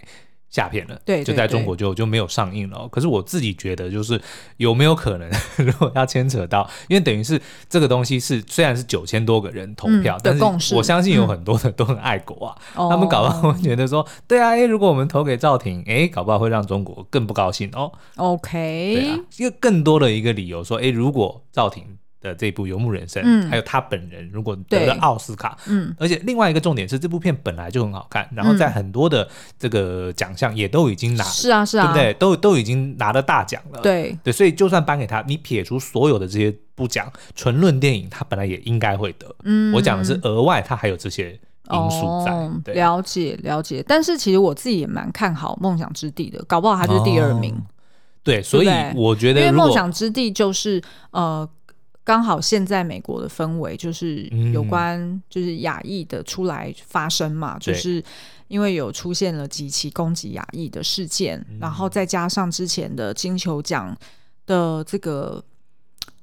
[SPEAKER 2] 下片了，
[SPEAKER 1] 对对
[SPEAKER 2] 就在中国就就没有上映了哦、可是我自己觉得，就是有没有可能， [laughs] 如果要牵扯到，因为等于是这个东西是虽然是九千多个人投票，
[SPEAKER 1] 嗯的
[SPEAKER 2] 但
[SPEAKER 1] 共
[SPEAKER 2] 是
[SPEAKER 1] 识嗯
[SPEAKER 2] 我相信有很多的都很爱国啊，
[SPEAKER 1] 哦
[SPEAKER 2] [laughs] 他们搞不好会觉得说，对啊，诶，如果我们投给赵婷，诶，搞不好会让中国更不高兴哦。对啊
[SPEAKER 1] ，OK，，
[SPEAKER 2] 一个更多的一个理由说，诶，如果赵婷的这部《游牧人生》，
[SPEAKER 1] 嗯
[SPEAKER 2] 还有她本人如果得
[SPEAKER 1] 对
[SPEAKER 2] 了奥斯卡，
[SPEAKER 1] 嗯，
[SPEAKER 2] 而且另外一个重点是，这部片本来就很好看，然后在很多的这个奖项也都已经拿了，
[SPEAKER 1] 是啊是啊，
[SPEAKER 2] 对不对？都都已经拿了大奖了，
[SPEAKER 1] 对
[SPEAKER 2] 对，所以就算颁给他，你撇除所有的这些不讲，纯论电影，他本来也应该会得。
[SPEAKER 1] 嗯
[SPEAKER 2] 我讲的是额外，他还有这些呃因素在，
[SPEAKER 1] 哦、
[SPEAKER 2] 对。
[SPEAKER 1] 了解了解。但是其实我自己也蛮看好《梦想之地》的，搞不好它就是第二名，
[SPEAKER 2] 哦对，所以
[SPEAKER 1] 对不对
[SPEAKER 2] 我觉
[SPEAKER 1] 因为
[SPEAKER 2] 得
[SPEAKER 1] 《
[SPEAKER 2] 如
[SPEAKER 1] 梦
[SPEAKER 2] 果
[SPEAKER 1] 想之地》就是呃。刚好现在美国的氛围就是
[SPEAKER 2] 嗯
[SPEAKER 1] 有关就是亚裔的出来发声嘛，就
[SPEAKER 2] 对
[SPEAKER 1] 是因为有出现了几起攻击亚裔的事件，
[SPEAKER 2] 嗯
[SPEAKER 1] 然后再加上之前的金球奖的这个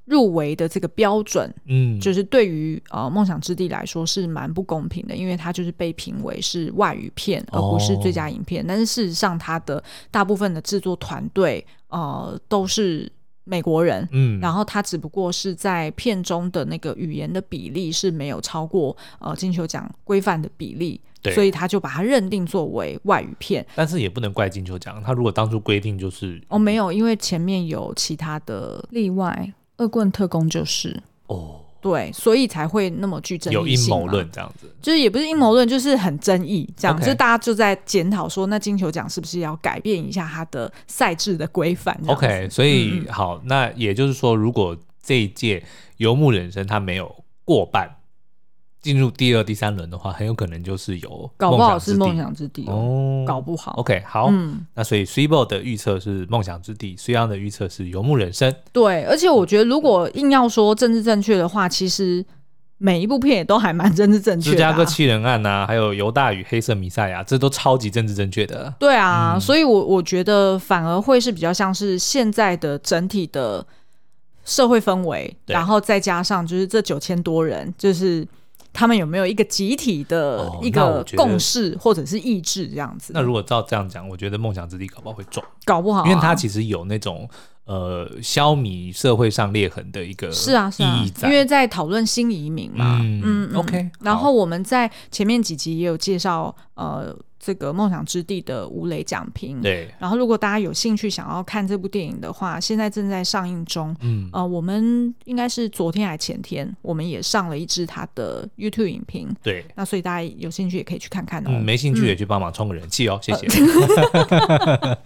[SPEAKER 1] 入围的这个标准，
[SPEAKER 2] 嗯，
[SPEAKER 1] 就是对于呃梦想之地来说是蛮不公平的，因为它就是被评为是外语片，而不是最
[SPEAKER 2] 哦
[SPEAKER 1] 佳影片。但是事实上，它的大部分的制作团队呃都是美国人。
[SPEAKER 2] 嗯，
[SPEAKER 1] 然后它只不过是在片中的那个语言的比例是没有超过呃金球奖规范的比例
[SPEAKER 2] 对，
[SPEAKER 1] 所以他就把它认定作为外语片。
[SPEAKER 2] 但是也不能怪金球奖，他如果当初规定就是
[SPEAKER 1] 哦，没有，因为前面有其他的例外，《恶棍特工》就是
[SPEAKER 2] 哦
[SPEAKER 1] 对，所以才会那么具争议
[SPEAKER 2] 有阴
[SPEAKER 1] 性啊
[SPEAKER 2] 谋
[SPEAKER 1] 嘛
[SPEAKER 2] 论这样子，
[SPEAKER 1] 就是也不是阴谋论，就是很争议，这样
[SPEAKER 2] OK
[SPEAKER 1] 就是大家就在检讨说，那金球奖是不是要改变一下它的赛制的规范这样子
[SPEAKER 2] OK，所以、好，那也就是说，如果这一届游牧人生他没有过半，进入第二、第三轮的话，很有可能就是由
[SPEAKER 1] 搞不好是
[SPEAKER 2] 之地
[SPEAKER 1] 梦想之地哦，
[SPEAKER 2] 哦，
[SPEAKER 1] 搞不好。
[SPEAKER 2] OK 好，
[SPEAKER 1] 嗯，
[SPEAKER 2] 那所以 s i b o 的预测是梦想之地 s i a n 的预测是游牧人生，
[SPEAKER 1] 对，而且我觉得如果硬要说政治正确的话，其实每一部片也都还蛮政治正确
[SPEAKER 2] 芝
[SPEAKER 1] 的
[SPEAKER 2] 加
[SPEAKER 1] 啊、
[SPEAKER 2] 哥七人案呐、还有犹大与黑色弥赛亚，这都超级政治正确的。
[SPEAKER 1] 对
[SPEAKER 2] 嗯
[SPEAKER 1] 啊，所以我我觉得反而会是比较像是现在的整体的社会氛围，
[SPEAKER 2] 对
[SPEAKER 1] 然后再加上就是这九千多人，就是他们有没有一个集体的
[SPEAKER 2] 哦
[SPEAKER 1] 一
[SPEAKER 2] 那我
[SPEAKER 1] 个
[SPEAKER 2] 觉得
[SPEAKER 1] 共识或者是意志这样子？
[SPEAKER 2] 那如果照这样讲，我觉得梦想之地搞不好会中。
[SPEAKER 1] 搞不好啊、
[SPEAKER 2] 因为它其实有那种呃消弭社会上裂痕的一个
[SPEAKER 1] 是啊是啊
[SPEAKER 2] 意义，在
[SPEAKER 1] 因为在讨论新移民嘛，
[SPEAKER 2] 嗯
[SPEAKER 1] 嗯
[SPEAKER 2] OK，
[SPEAKER 1] 然
[SPEAKER 2] 好
[SPEAKER 1] 后我们在前面几集也有介绍，呃，这个梦想之地的吴磊讲评，
[SPEAKER 2] 对
[SPEAKER 1] 然后，如果大家有兴趣想要看这部电影的话，现在正在上映中。
[SPEAKER 2] 嗯
[SPEAKER 1] 呃，我们应该是昨天还前天，我们也上了一支它的 YouTube 影评。
[SPEAKER 2] 对。
[SPEAKER 1] 那所以大家有兴趣也可以去看看哦。
[SPEAKER 2] 嗯，没兴趣也去帮忙充个人气哦，
[SPEAKER 1] [laughs]
[SPEAKER 2] 谢
[SPEAKER 1] 呃
[SPEAKER 2] 谢。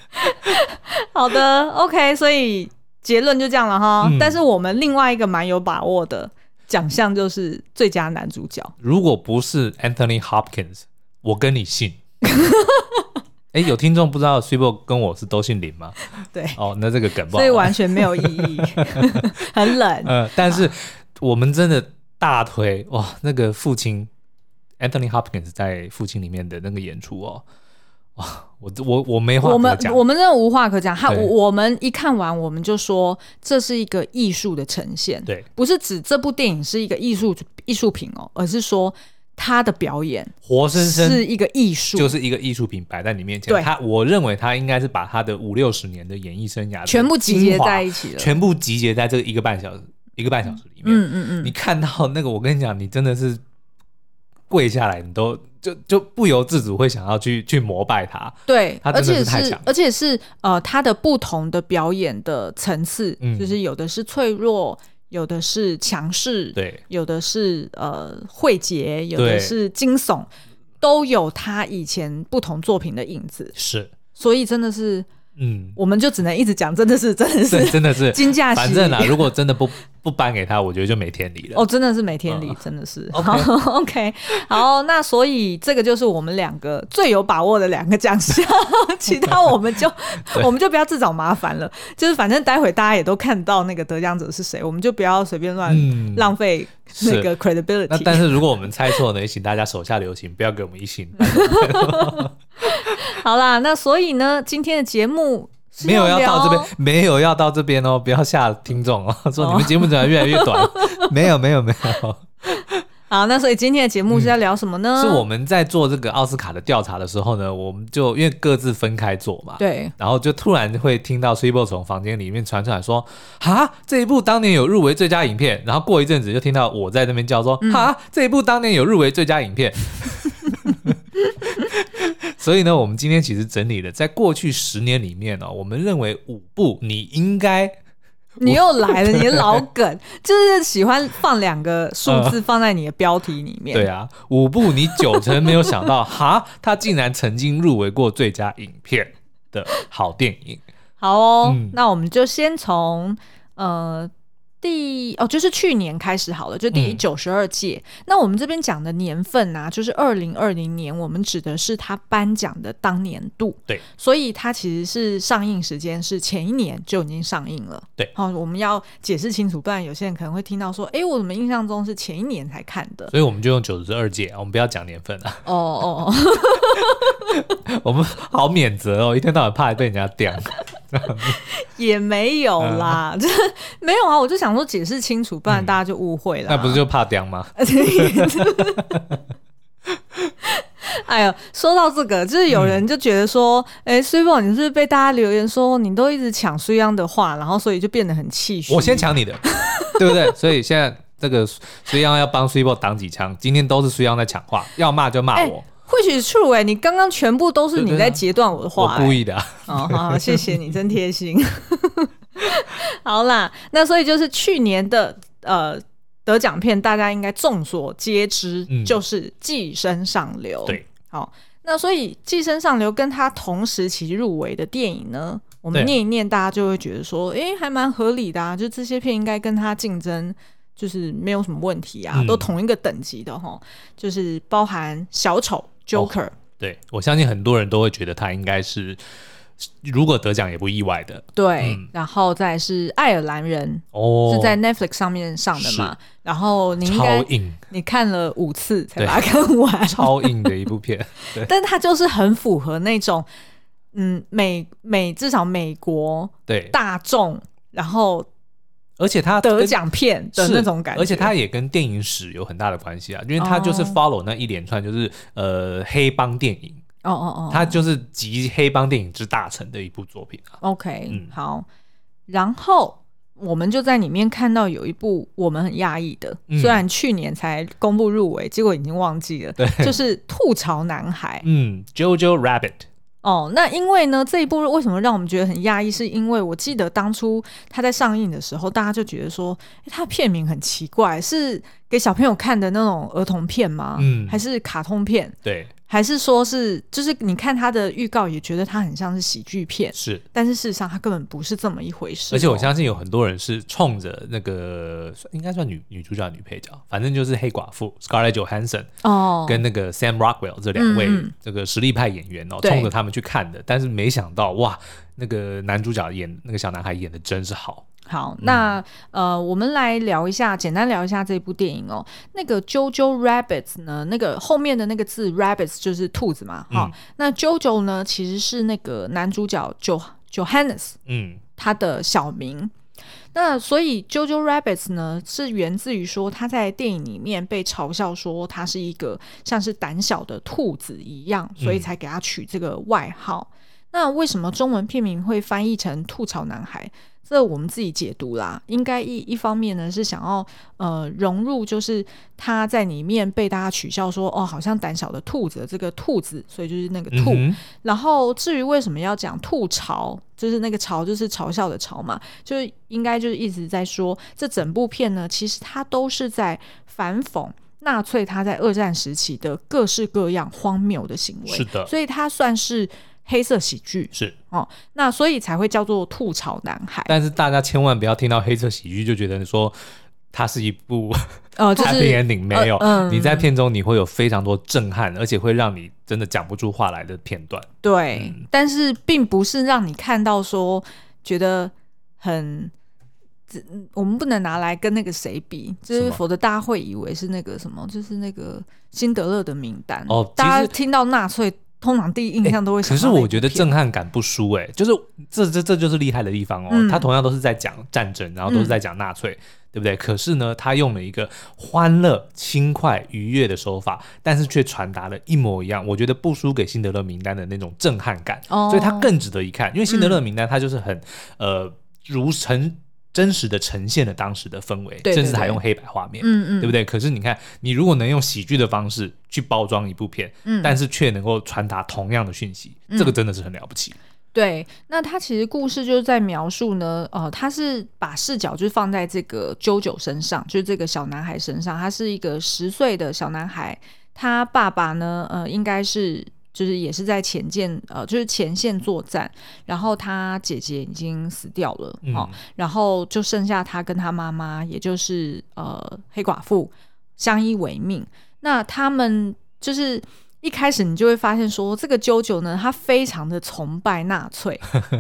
[SPEAKER 1] 好的，OK，所以结论就这样了哈。
[SPEAKER 2] 嗯
[SPEAKER 1] 但是我们另外一个蛮有把握的奖项就是最佳男主角。
[SPEAKER 2] 如果不是 Anthony Hopkins，我跟
[SPEAKER 1] [laughs]
[SPEAKER 2] 你姓。哎，有听众不知道 s i b o 跟我是都姓林吗？
[SPEAKER 1] [laughs] 对
[SPEAKER 2] 哦，那这个梗不好
[SPEAKER 1] 所以。完全没有意
[SPEAKER 2] [laughs]
[SPEAKER 1] 义，很冷。
[SPEAKER 2] 呃，但是我们真的大推哇，那个父亲 Anthony Hopkins 在《父亲》里面的那个演出哦，哇，我我我没话
[SPEAKER 1] 我们
[SPEAKER 2] 可讲
[SPEAKER 1] 我们真的无话可讲，他
[SPEAKER 2] 对
[SPEAKER 1] 我我们一看完我们就说这是一个艺术的呈现，
[SPEAKER 2] 对，
[SPEAKER 1] 不是指这部电影是一个艺术艺术品哦，而是说他的表演
[SPEAKER 2] 活生生
[SPEAKER 1] 是一个艺术，
[SPEAKER 2] 就是一个艺术品摆在你面前。
[SPEAKER 1] 对
[SPEAKER 2] 他我认为他应该是把他的五六十年的演艺生涯的
[SPEAKER 1] 全部集结
[SPEAKER 2] 精华
[SPEAKER 1] 在一起了。
[SPEAKER 2] 全部集结在这个一个半小时。一个半小时里面，
[SPEAKER 1] 嗯嗯嗯，
[SPEAKER 2] 你看到那个，我跟你讲，你真的是跪下来，你都就就不由自主会想要去去膜拜他。
[SPEAKER 1] 对，
[SPEAKER 2] 他
[SPEAKER 1] 而
[SPEAKER 2] 真的
[SPEAKER 1] 且
[SPEAKER 2] 是太
[SPEAKER 1] 是
[SPEAKER 2] 强
[SPEAKER 1] 而且是呃，他的不同的表演的层次，
[SPEAKER 2] 嗯
[SPEAKER 1] 就是有的是脆弱，有的是强势，
[SPEAKER 2] 对，
[SPEAKER 1] 有的是呃慧杰，有的
[SPEAKER 2] 对
[SPEAKER 1] 是惊悚，都有他以前不同作品的影子，
[SPEAKER 2] 是，
[SPEAKER 1] 所以真的是，
[SPEAKER 2] 嗯，
[SPEAKER 1] 我们就只能一直讲，真的是真的
[SPEAKER 2] 这
[SPEAKER 1] 是，
[SPEAKER 2] 真的
[SPEAKER 1] [laughs]
[SPEAKER 2] 是
[SPEAKER 1] 金价
[SPEAKER 2] 反正啊，如果真的不不颁给他，我觉得就没天理了。
[SPEAKER 1] 哦，真的是没天理，
[SPEAKER 2] 嗯
[SPEAKER 1] 真的是。
[SPEAKER 2] OK
[SPEAKER 1] [laughs] 好 OK，好，那所以这个就是我们两个最有把握的两个奖项，其他我们就
[SPEAKER 2] [laughs] 对
[SPEAKER 1] 我们就不要自找麻烦了。就是反正待会大家也都看到那个得奖者是谁，我们就不要随便乱
[SPEAKER 2] 嗯
[SPEAKER 1] 浪费那个
[SPEAKER 2] 那
[SPEAKER 1] credibility。
[SPEAKER 2] 但是如果我们猜错呢，也请大家手下留情，不要给我们一星。
[SPEAKER 1] 好啦，那所以呢，今天的节目是
[SPEAKER 2] [laughs] 没有要到这
[SPEAKER 1] 聊
[SPEAKER 2] 边，没有要到这边哦，不要吓听众哦， [laughs] 说你们节目怎么越来越短？没有，没有，没有。
[SPEAKER 1] 好，那所以今天的节目是要聊什么呢？
[SPEAKER 2] 是我们在做这个奥斯卡的调查的时候呢，我们就因为各自分开做嘛，
[SPEAKER 1] 对
[SPEAKER 2] 然后就突然会听到 Triple 从房间里面传出来说：“哈，这一部当年有入围最佳影片。”然后过一阵子就听到我在那边叫说：“哈，这一部当年有入围最佳影片。” [laughs] 所以呢，我们今天其实整理了，在过去十年里面呢、哦我们认为五部你应该
[SPEAKER 1] 你又来了，你的老
[SPEAKER 2] [laughs]
[SPEAKER 1] 梗就是喜欢放两个数字放在你的标题里面。
[SPEAKER 2] 嗯对啊，五部你九成没有想到， [laughs] 哈，它竟然曾经入围过最佳影片的好电影。
[SPEAKER 1] 好哦，
[SPEAKER 2] 嗯
[SPEAKER 1] 那我们就先从呃第哦，就是去年开始好了，就第
[SPEAKER 2] 嗯
[SPEAKER 1] 九十二届。那我们这边讲的年份啊，就是二零二零年，我们指的是他颁奖的当年度。
[SPEAKER 2] 对，
[SPEAKER 1] 所以它其实是上映时间是前一年就已经上映了。
[SPEAKER 2] 对
[SPEAKER 1] 好、我们要解释清楚，不然有些人可能会听到说，诶，我怎么印象中是前一年才看的？
[SPEAKER 2] 所以我们就用九十二届，我们不要讲年份啊，
[SPEAKER 1] 哦哦哦，
[SPEAKER 2] [laughs] 我们好免责哦，一天到晚怕被人家
[SPEAKER 1] [laughs]
[SPEAKER 2] 刁。
[SPEAKER 1] 啊也没有啦，
[SPEAKER 2] 嗯
[SPEAKER 1] 就是 [laughs] 没有啊。我就想说解释清楚，不然大家就误会了啊、
[SPEAKER 2] 那不是就怕刁
[SPEAKER 1] [laughs]
[SPEAKER 2] 吗？
[SPEAKER 1] [laughs] 哎呦，说到这个，就是有人就觉得说，
[SPEAKER 2] 嗯
[SPEAKER 1] 哎、苏 p 你是不是被大家留言说你都一直抢苏央的话，然后所以就变得很气虚。
[SPEAKER 2] 我先抢你的， [laughs] 对不对？所以现在这个隋央要帮 s u p e 挡几枪，今天都是隋央在抢话，要骂就骂
[SPEAKER 1] 哎
[SPEAKER 2] 我，
[SPEAKER 1] 或许 true 哎、你刚刚全部都是你在截断我的
[SPEAKER 2] 我
[SPEAKER 1] 话、
[SPEAKER 2] 故
[SPEAKER 1] 哎
[SPEAKER 2] 意的、啊。
[SPEAKER 1] 哦，好好，谢谢你，真贴心。 [laughs] 好啦，那所以就是去年的呃得奖片，大家应该众所皆知，
[SPEAKER 2] 嗯
[SPEAKER 1] 就是《寄生上流》。
[SPEAKER 2] 对，
[SPEAKER 1] 好，那所以《寄生上流》跟它同时期入围的电影呢，我们
[SPEAKER 2] 对
[SPEAKER 1] 念一念，大家就会觉得说，诶、还蛮合理的啊，就这些片应该跟它竞争。就是没有什么问题啊，
[SPEAKER 2] 嗯
[SPEAKER 1] 都同一个等级的哈，就是包含小丑 Joker，、
[SPEAKER 2] 对，我相信很多人都会觉得他应该是，如果得奖也不意外的
[SPEAKER 1] 对，
[SPEAKER 2] 嗯
[SPEAKER 1] 然后再是爱尔兰人，
[SPEAKER 2] 哦，
[SPEAKER 1] 是在 Netflix 上面上的嘛？然后你应
[SPEAKER 2] 超
[SPEAKER 1] 该
[SPEAKER 2] 硬
[SPEAKER 1] 你看了五次才把它看完，
[SPEAKER 2] 超硬的一部片，对。
[SPEAKER 1] [laughs] 但它就是很符合那种嗯美美至少美国
[SPEAKER 2] 对，
[SPEAKER 1] 大众，然后
[SPEAKER 2] 而且他
[SPEAKER 1] 得
[SPEAKER 2] 跟
[SPEAKER 1] 奖片的
[SPEAKER 2] 是
[SPEAKER 1] 那种感觉，
[SPEAKER 2] 而且它也跟电影史有很大的关系啊，因为它就是
[SPEAKER 1] 哦
[SPEAKER 2] follow 那一连串就是、呃黑帮电影，
[SPEAKER 1] 哦哦哦，
[SPEAKER 2] 它就是集黑帮电影之大成的一部作品啊。
[SPEAKER 1] OK，、
[SPEAKER 2] 嗯
[SPEAKER 1] 好，然后。我们就在里面看到有一部我们很讶异的，
[SPEAKER 2] 嗯
[SPEAKER 1] 虽然去年才公布入围，结果已经忘记了，就是《吐槽男孩》。
[SPEAKER 2] 嗯，JoJo Rabbit，
[SPEAKER 1] 哦，那因为呢，这一部为什么让我们觉得很讶异？是因为我记得当初它在上映的时候，大家就觉得说，诶它的片名很奇怪，是给小朋友看的那种儿童片吗？
[SPEAKER 2] 嗯
[SPEAKER 1] 哦还是卡通片？
[SPEAKER 2] 对，
[SPEAKER 1] 还是说是就是你看它的预告也觉得它很像是喜剧片，
[SPEAKER 2] 是。
[SPEAKER 1] 但是事实上它根本不是这么一回事哦、
[SPEAKER 2] 而且我相信有很多人是冲着那个算应该算女女主角、女配角，反正就是黑寡妇 Scarlett Johansson
[SPEAKER 1] 哦，
[SPEAKER 2] 跟那个 Sam Rockwell 这两位
[SPEAKER 1] 嗯嗯
[SPEAKER 2] 这个实力派演员哦，
[SPEAKER 1] 对
[SPEAKER 2] 冲着他们去看的。但是没想到哇，那个男主角演那个小男孩演的真是好，
[SPEAKER 1] 好，
[SPEAKER 2] 嗯
[SPEAKER 1] 那、呃，我们来聊一下，简单聊一下这部电影哦。那个 JoJo Rabbits 呢，那个后面的那个字 Rabbits 就是兔子嘛，哈、
[SPEAKER 2] 嗯
[SPEAKER 1] 那 JoJo 呢，其实是那个男主角 Jo Johannes
[SPEAKER 2] 嗯，
[SPEAKER 1] 他的小名。那所以 JoJo Rabbits 呢，是源自于说他在电影里面被嘲笑说他是一个像是胆小的兔子一样，所以才给他取这个外号。那为什么中文片名会翻译成《吐槽男孩》？这我们自己解读啦，应该一一方面呢是想要呃融入，就是他在里面被大家取笑说哦，好像胆小的兔子，这个兔子，所以就是那个
[SPEAKER 2] 嗯
[SPEAKER 1] 兔。
[SPEAKER 2] 哼
[SPEAKER 1] 然后至于为什么要讲吐槽，就是那个嘲，就是嘲笑的嘲嘛，就是应该就是一直在说这整部片呢，其实它都是在反讽纳粹他在二战时期的各式各样荒谬的行为，
[SPEAKER 2] 是的
[SPEAKER 1] 所以它算是黑色喜剧
[SPEAKER 2] 是，
[SPEAKER 1] 哦，那所以才会叫做吐槽男孩，
[SPEAKER 2] 但是大家千万不要听到黑色喜剧就觉得说它是一部
[SPEAKER 1] 呃，就
[SPEAKER 2] happy
[SPEAKER 1] 是
[SPEAKER 2] ending，没有。
[SPEAKER 1] 嗯
[SPEAKER 2] 你在片中你会有非常多震撼，而且会让你真的讲不出话来的片段。
[SPEAKER 1] 对，
[SPEAKER 2] 嗯
[SPEAKER 1] 但是并不是让你看到说觉得很。这我们不能拿来跟那个谁比，就
[SPEAKER 2] 什
[SPEAKER 1] 是
[SPEAKER 2] 么
[SPEAKER 1] 否则大家会以为是那个什么，就是那个辛德勒的名单。
[SPEAKER 2] 哦其实
[SPEAKER 1] 大家听到纳粹，通常第一印象都会想、
[SPEAKER 2] 可是我觉得，震撼感不输哎、就是这这这就是厉害的地方哦。
[SPEAKER 1] 嗯
[SPEAKER 2] 他同样都是在讲战争，然后都是在讲纳粹，对不对？可是呢，他用了一个欢乐、轻快、愉悦的手法，但是却传达了一模一样，我觉得不输给辛德勒名单的那种震撼感，
[SPEAKER 1] 哦嗯
[SPEAKER 2] 所以它更值得一看。因为辛德勒名单它就是很、呃如呈真实的呈现了当时的氛围，
[SPEAKER 1] 对对
[SPEAKER 2] 甚至还
[SPEAKER 1] 对
[SPEAKER 2] 用黑白画面。
[SPEAKER 1] 嗯嗯，
[SPEAKER 2] 对不对？可是你看，你如果能用喜剧的方式去包装一部片，
[SPEAKER 1] 嗯
[SPEAKER 2] 但是却能够传达同样的讯息，这个真的是很了不起。
[SPEAKER 1] 对，那他其实故事就是在描述呢，呃，他是把视角就是放在这个啾啾身上，就是这个小男孩身上，他是一个十岁的小男孩，他爸爸呢，呃，应该是就是也是在前线，呃，就是前线作战，然后他姐姐已经死掉了，
[SPEAKER 2] 嗯
[SPEAKER 1] 哦，然后就剩下他跟他妈妈，也就是呃黑寡妇相依为命。那他们就是一开始你就会发现说，这个啾啾呢，他非常的崇拜纳粹，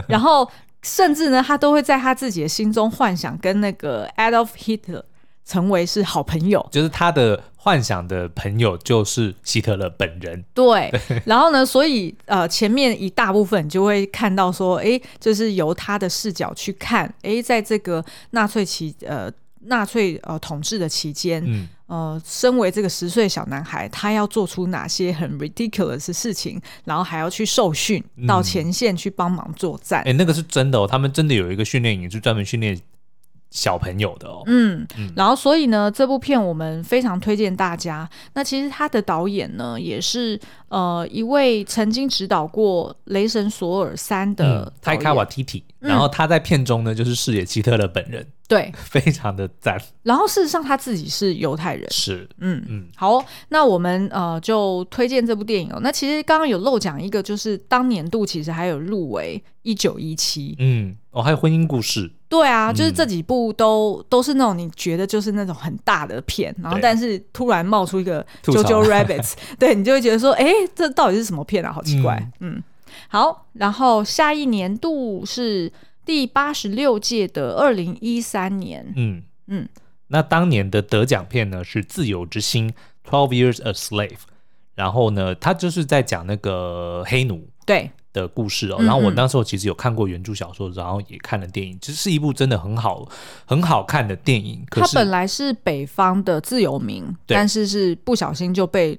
[SPEAKER 1] 然后甚至呢，他都会在他自己的心中幻想跟那个 Adolf Hitler 成为是好朋友。
[SPEAKER 2] 就是他的幻想的朋友就是希特勒本人，
[SPEAKER 1] 对，然后呢，所以呃，前面一大部分你就会看到说，诶，就是由他的视角去看，诶，在这个纳粹期呃纳粹呃统治的期间，
[SPEAKER 2] 嗯，
[SPEAKER 1] 呃，身为这个十岁小男孩，他要做出哪些很 ridiculous 的事情，然后还要去受训，到前线去帮忙作战。
[SPEAKER 2] 哎，那个是真的哦，他们真的有一个训练营是专门训练小朋友的哦，
[SPEAKER 1] 嗯，然后所以呢，这部片我们非常推荐大家。那其实他的导演呢，也是呃一位曾经指导过《雷神索尔三》的嗯导
[SPEAKER 2] 泰
[SPEAKER 1] 演，嗯
[SPEAKER 2] 卡瓦提提，然后他在片中呢就是饰演希特勒本人，
[SPEAKER 1] 对。
[SPEAKER 2] 非常的赞，
[SPEAKER 1] 然后事实上他自己是犹太人，
[SPEAKER 2] 是，
[SPEAKER 1] 嗯
[SPEAKER 2] 嗯，
[SPEAKER 1] 好哦、那我们呃就推荐这部电影哦。那其实刚刚有漏讲一个，就是当年度其实还有入围一九一七，
[SPEAKER 2] 嗯，哦，还有婚姻故事，
[SPEAKER 1] 对啊，就是
[SPEAKER 2] 嗯
[SPEAKER 1] 这几部都、都是那种你觉得就是那种很大的片，然后
[SPEAKER 2] 对
[SPEAKER 1] 但是突然冒出一个《
[SPEAKER 2] 吐槽
[SPEAKER 1] JoJo
[SPEAKER 2] [laughs]
[SPEAKER 1] Rabbits》，对你就会觉得说，哎、这到底是什么片啊？好奇怪。嗯好，然后下一年度是第八十六届的二零一三年，
[SPEAKER 2] 嗯
[SPEAKER 1] 嗯
[SPEAKER 2] 嗯，那当年的得奖片呢是《自由之心》（Twelve Years a Slave），然后呢，他就是在讲那个黑奴
[SPEAKER 1] 对，
[SPEAKER 2] 的故事哦。
[SPEAKER 1] 嗯
[SPEAKER 2] 然后我
[SPEAKER 1] 嗯
[SPEAKER 2] 那时候其实有看过原著小说，然后也看了电影，其实是一部真的很好很好看的电影。可
[SPEAKER 1] 他本
[SPEAKER 2] 是
[SPEAKER 1] 来是北方的自由民，
[SPEAKER 2] 对
[SPEAKER 1] 但是是不小心就被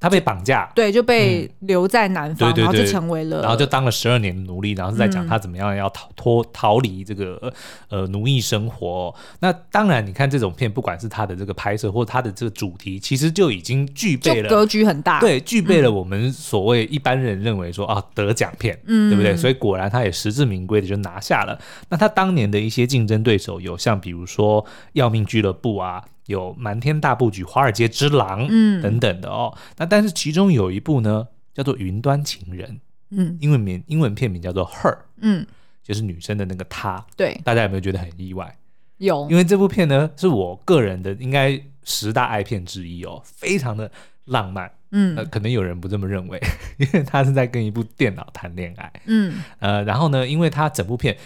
[SPEAKER 2] 他被绑架，
[SPEAKER 1] 对就被留在南方，
[SPEAKER 2] 嗯对对
[SPEAKER 1] 然后就
[SPEAKER 2] 对
[SPEAKER 1] 成为了，
[SPEAKER 2] 然后就当了十二年的奴隶，然后是在
[SPEAKER 1] 嗯
[SPEAKER 2] 讲他怎么样要逃脱逃离这个呃奴役生活哦、那当然，你看这种片，不管是他的这个拍摄或他的这个主题，其实就已经具备
[SPEAKER 1] 就
[SPEAKER 2] 了
[SPEAKER 1] 格局很大，
[SPEAKER 2] 对，具备了我们所谓一般人认为说啊得奖片，
[SPEAKER 1] 嗯
[SPEAKER 2] 对不对？所以果然他也实至名归的就拿下了。那他当年的一些竞争对手有像比如说《要命俱乐部》啊，有《瞒天大布局》《华尔街之狼》
[SPEAKER 1] 嗯
[SPEAKER 2] 等等的哦。那但是其中有一部呢叫做《云端情人》，
[SPEAKER 1] 嗯
[SPEAKER 2] 英文名英文片名叫做《Her》，
[SPEAKER 1] 嗯，
[SPEAKER 2] 就是女生的那个她。
[SPEAKER 1] 对，
[SPEAKER 2] 大家有没有觉得很意外？
[SPEAKER 1] 有，
[SPEAKER 2] 因为这部片呢是我个人的应该十大爱片之一哦，非常的浪漫。呃，
[SPEAKER 1] 嗯
[SPEAKER 2] 可能有人不这么认为， [laughs] 因为他是在跟一部电脑谈恋爱。
[SPEAKER 1] 嗯，
[SPEAKER 2] 呃，然后呢，因为他整部片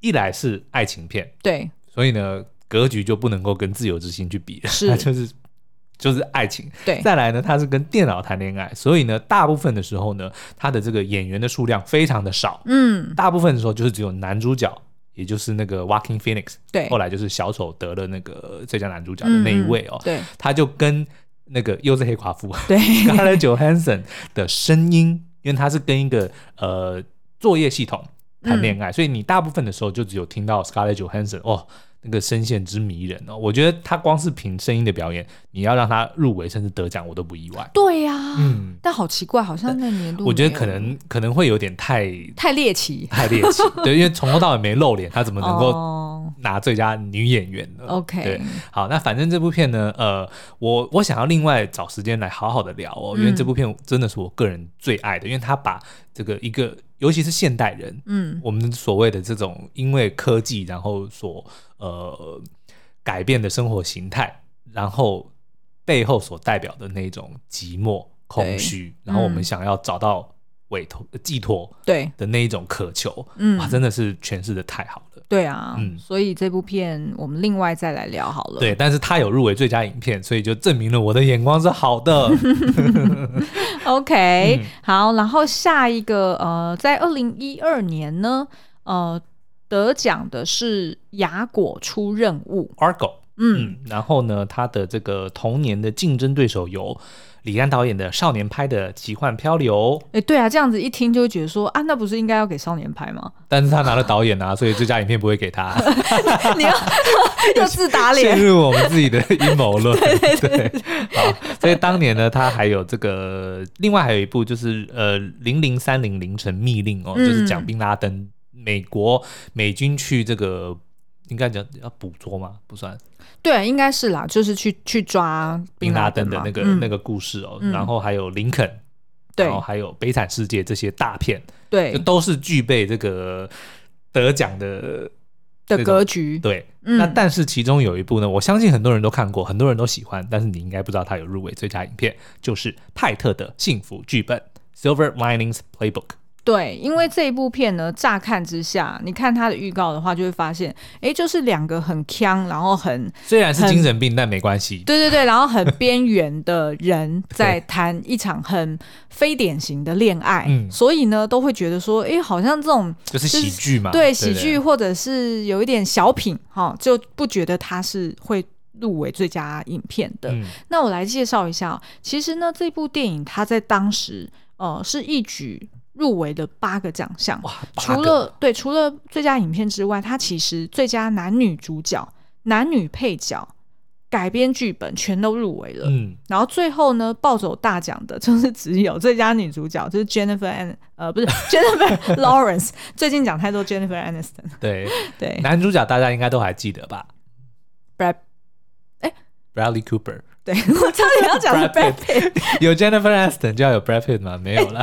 [SPEAKER 2] 一来是爱情片，
[SPEAKER 1] 对，
[SPEAKER 2] 所以呢格局就不能够跟《自由之心》去比， [laughs]
[SPEAKER 1] 是
[SPEAKER 2] 它就是就是爱情。
[SPEAKER 1] 对，
[SPEAKER 2] 再来呢，他是跟电脑谈恋爱，所以呢，大部分的时候呢，他的这个演员的数量非常的少，
[SPEAKER 1] 嗯，
[SPEAKER 2] 大部分的时候就是只有男主角。也就是那个 Walking Phoenix，
[SPEAKER 1] 对，嗯
[SPEAKER 2] 后来就是小丑得了那个最佳男主角的那一位哦，
[SPEAKER 1] 对
[SPEAKER 2] 他就跟那个又是黑寡妇， [laughs]
[SPEAKER 1] 对
[SPEAKER 2] Scarlett Johansson 的声音，因为他是跟一个呃作业系统谈恋爱，所以你大部分的时候就只有听到 Scarlett Johansson 哦，那个声线之迷人哦。我觉得他光是凭声音的表演，你要让他入围甚至得奖，我都不意外。
[SPEAKER 1] 对呀、
[SPEAKER 2] 嗯
[SPEAKER 1] 但好奇怪，好像那年度
[SPEAKER 2] 我觉
[SPEAKER 1] 没
[SPEAKER 2] 得
[SPEAKER 1] 有
[SPEAKER 2] 可能可能会有点太 [laughs]
[SPEAKER 1] 太猎奇，
[SPEAKER 2] 太猎奇，对，因为从头到尾没露脸，他怎么能够
[SPEAKER 1] 哦
[SPEAKER 2] 拿最佳女演员呢？对
[SPEAKER 1] ，OK，，
[SPEAKER 2] 好，那反正这部片呢，呃，我我想要另外找时间来好好的聊哦，因为这部片真的是我个人最爱的，因为它把这个一个，尤其是现代人，
[SPEAKER 1] 嗯
[SPEAKER 2] 我们所谓的这种因为科技然后所呃改变的生活形态，然后背后所代表的那种寂寞、空虚，然后我们想要找到委托、寄托
[SPEAKER 1] 对，
[SPEAKER 2] 的那一种渴求，
[SPEAKER 1] 嗯
[SPEAKER 2] 哇，真的是诠释的太好了。
[SPEAKER 1] 对啊，
[SPEAKER 2] 嗯
[SPEAKER 1] 所以这部片我们另外再来聊好了。
[SPEAKER 2] 对，但是他有入围最佳影片，所以就证明了我的眼光是好 [laughs] 的。嗯
[SPEAKER 1] ，OK，、好，然后下一个呃，在二零一二年呢，呃，得奖的是雅果出任务，
[SPEAKER 2] Argo，
[SPEAKER 1] 嗯，
[SPEAKER 2] 嗯，然后呢，他的这个同年的竞争对手有李安导演的少年拍的《奇幻漂流》，
[SPEAKER 1] 哎、对啊，这样子一听就会觉得说啊，那不是应该要给少年拍吗？ [laughs]
[SPEAKER 2] 但是他拿了导演 [laughs] 啊，所以最佳影片不会给他，
[SPEAKER 1] 你要 [laughs] 要自打
[SPEAKER 2] 陷 [laughs]
[SPEAKER 1] 脸，
[SPEAKER 2] 入我们自己的阴谋 [laughs] 论。对好，所以当年呢，他还有这个，另外还有一部就是呃零零三零凌晨密令哦，就是讲
[SPEAKER 1] 嗯
[SPEAKER 2] 宾拉登美国美军去这个。应该讲要捕捉吗？不算，
[SPEAKER 1] 对，应该是啦，就是去去抓
[SPEAKER 2] 宾拉登的
[SPEAKER 1] 嘛
[SPEAKER 2] 那个、
[SPEAKER 1] 嗯
[SPEAKER 2] 那个故事哦，
[SPEAKER 1] 嗯
[SPEAKER 2] 然后还有林肯，
[SPEAKER 1] 对
[SPEAKER 2] 然后还有《悲惨世界》这些大片，就
[SPEAKER 1] 对
[SPEAKER 2] 都是具备这个得奖的
[SPEAKER 1] 的
[SPEAKER 2] 那种
[SPEAKER 1] 格局，
[SPEAKER 2] 对。
[SPEAKER 1] 嗯
[SPEAKER 2] 那但是其中有一部呢，我相信很多人都看过，很多人都喜欢，但是你应该不知道它有入围最佳影片，就是派特的幸福剧本《Silver Linings Playbook》。
[SPEAKER 1] 对，因为这一部片呢，乍看之下，你看它的预告的话，就会发现，哎，就是两个很腔，然后很
[SPEAKER 2] 虽然是精神病，但没关系。
[SPEAKER 1] 对对对，然后很边缘的人在谈一场很非典型的恋爱，
[SPEAKER 2] 嗯
[SPEAKER 1] 所以呢，都会觉得说，哎，好像这种
[SPEAKER 2] 就是喜剧嘛，
[SPEAKER 1] 对
[SPEAKER 2] 不
[SPEAKER 1] 喜剧或者是有一点小品哈、就不觉得它是会入围最佳影片的。
[SPEAKER 2] 嗯
[SPEAKER 1] 那我来介绍一下哦、其实呢，这部电影它在当时呃是一举入围了八个奖项，
[SPEAKER 2] 哇，八
[SPEAKER 1] 除
[SPEAKER 2] 个
[SPEAKER 1] 了对除了最佳影片之外，它其实最佳男女主角、男女配角、改编剧本全都入围了。
[SPEAKER 2] 嗯
[SPEAKER 1] 然后最后呢，抱走大奖的就是 [laughs] 只有最佳女主角，就是 Jennifer An 呃不是 Jennifer [laughs] Lawrence。最近讲太多 Jennifer Aniston，
[SPEAKER 2] 对
[SPEAKER 1] 对
[SPEAKER 2] 男主角大家应该都还记得吧
[SPEAKER 1] Brad
[SPEAKER 2] ？Bradley Cooper
[SPEAKER 1] 对 [laughs] 我差点要讲是 Brad
[SPEAKER 2] Brad
[SPEAKER 1] Pitt。哦
[SPEAKER 2] 有 Jennifer Aniston 就要有 Brad Pitt 吗？没有啦，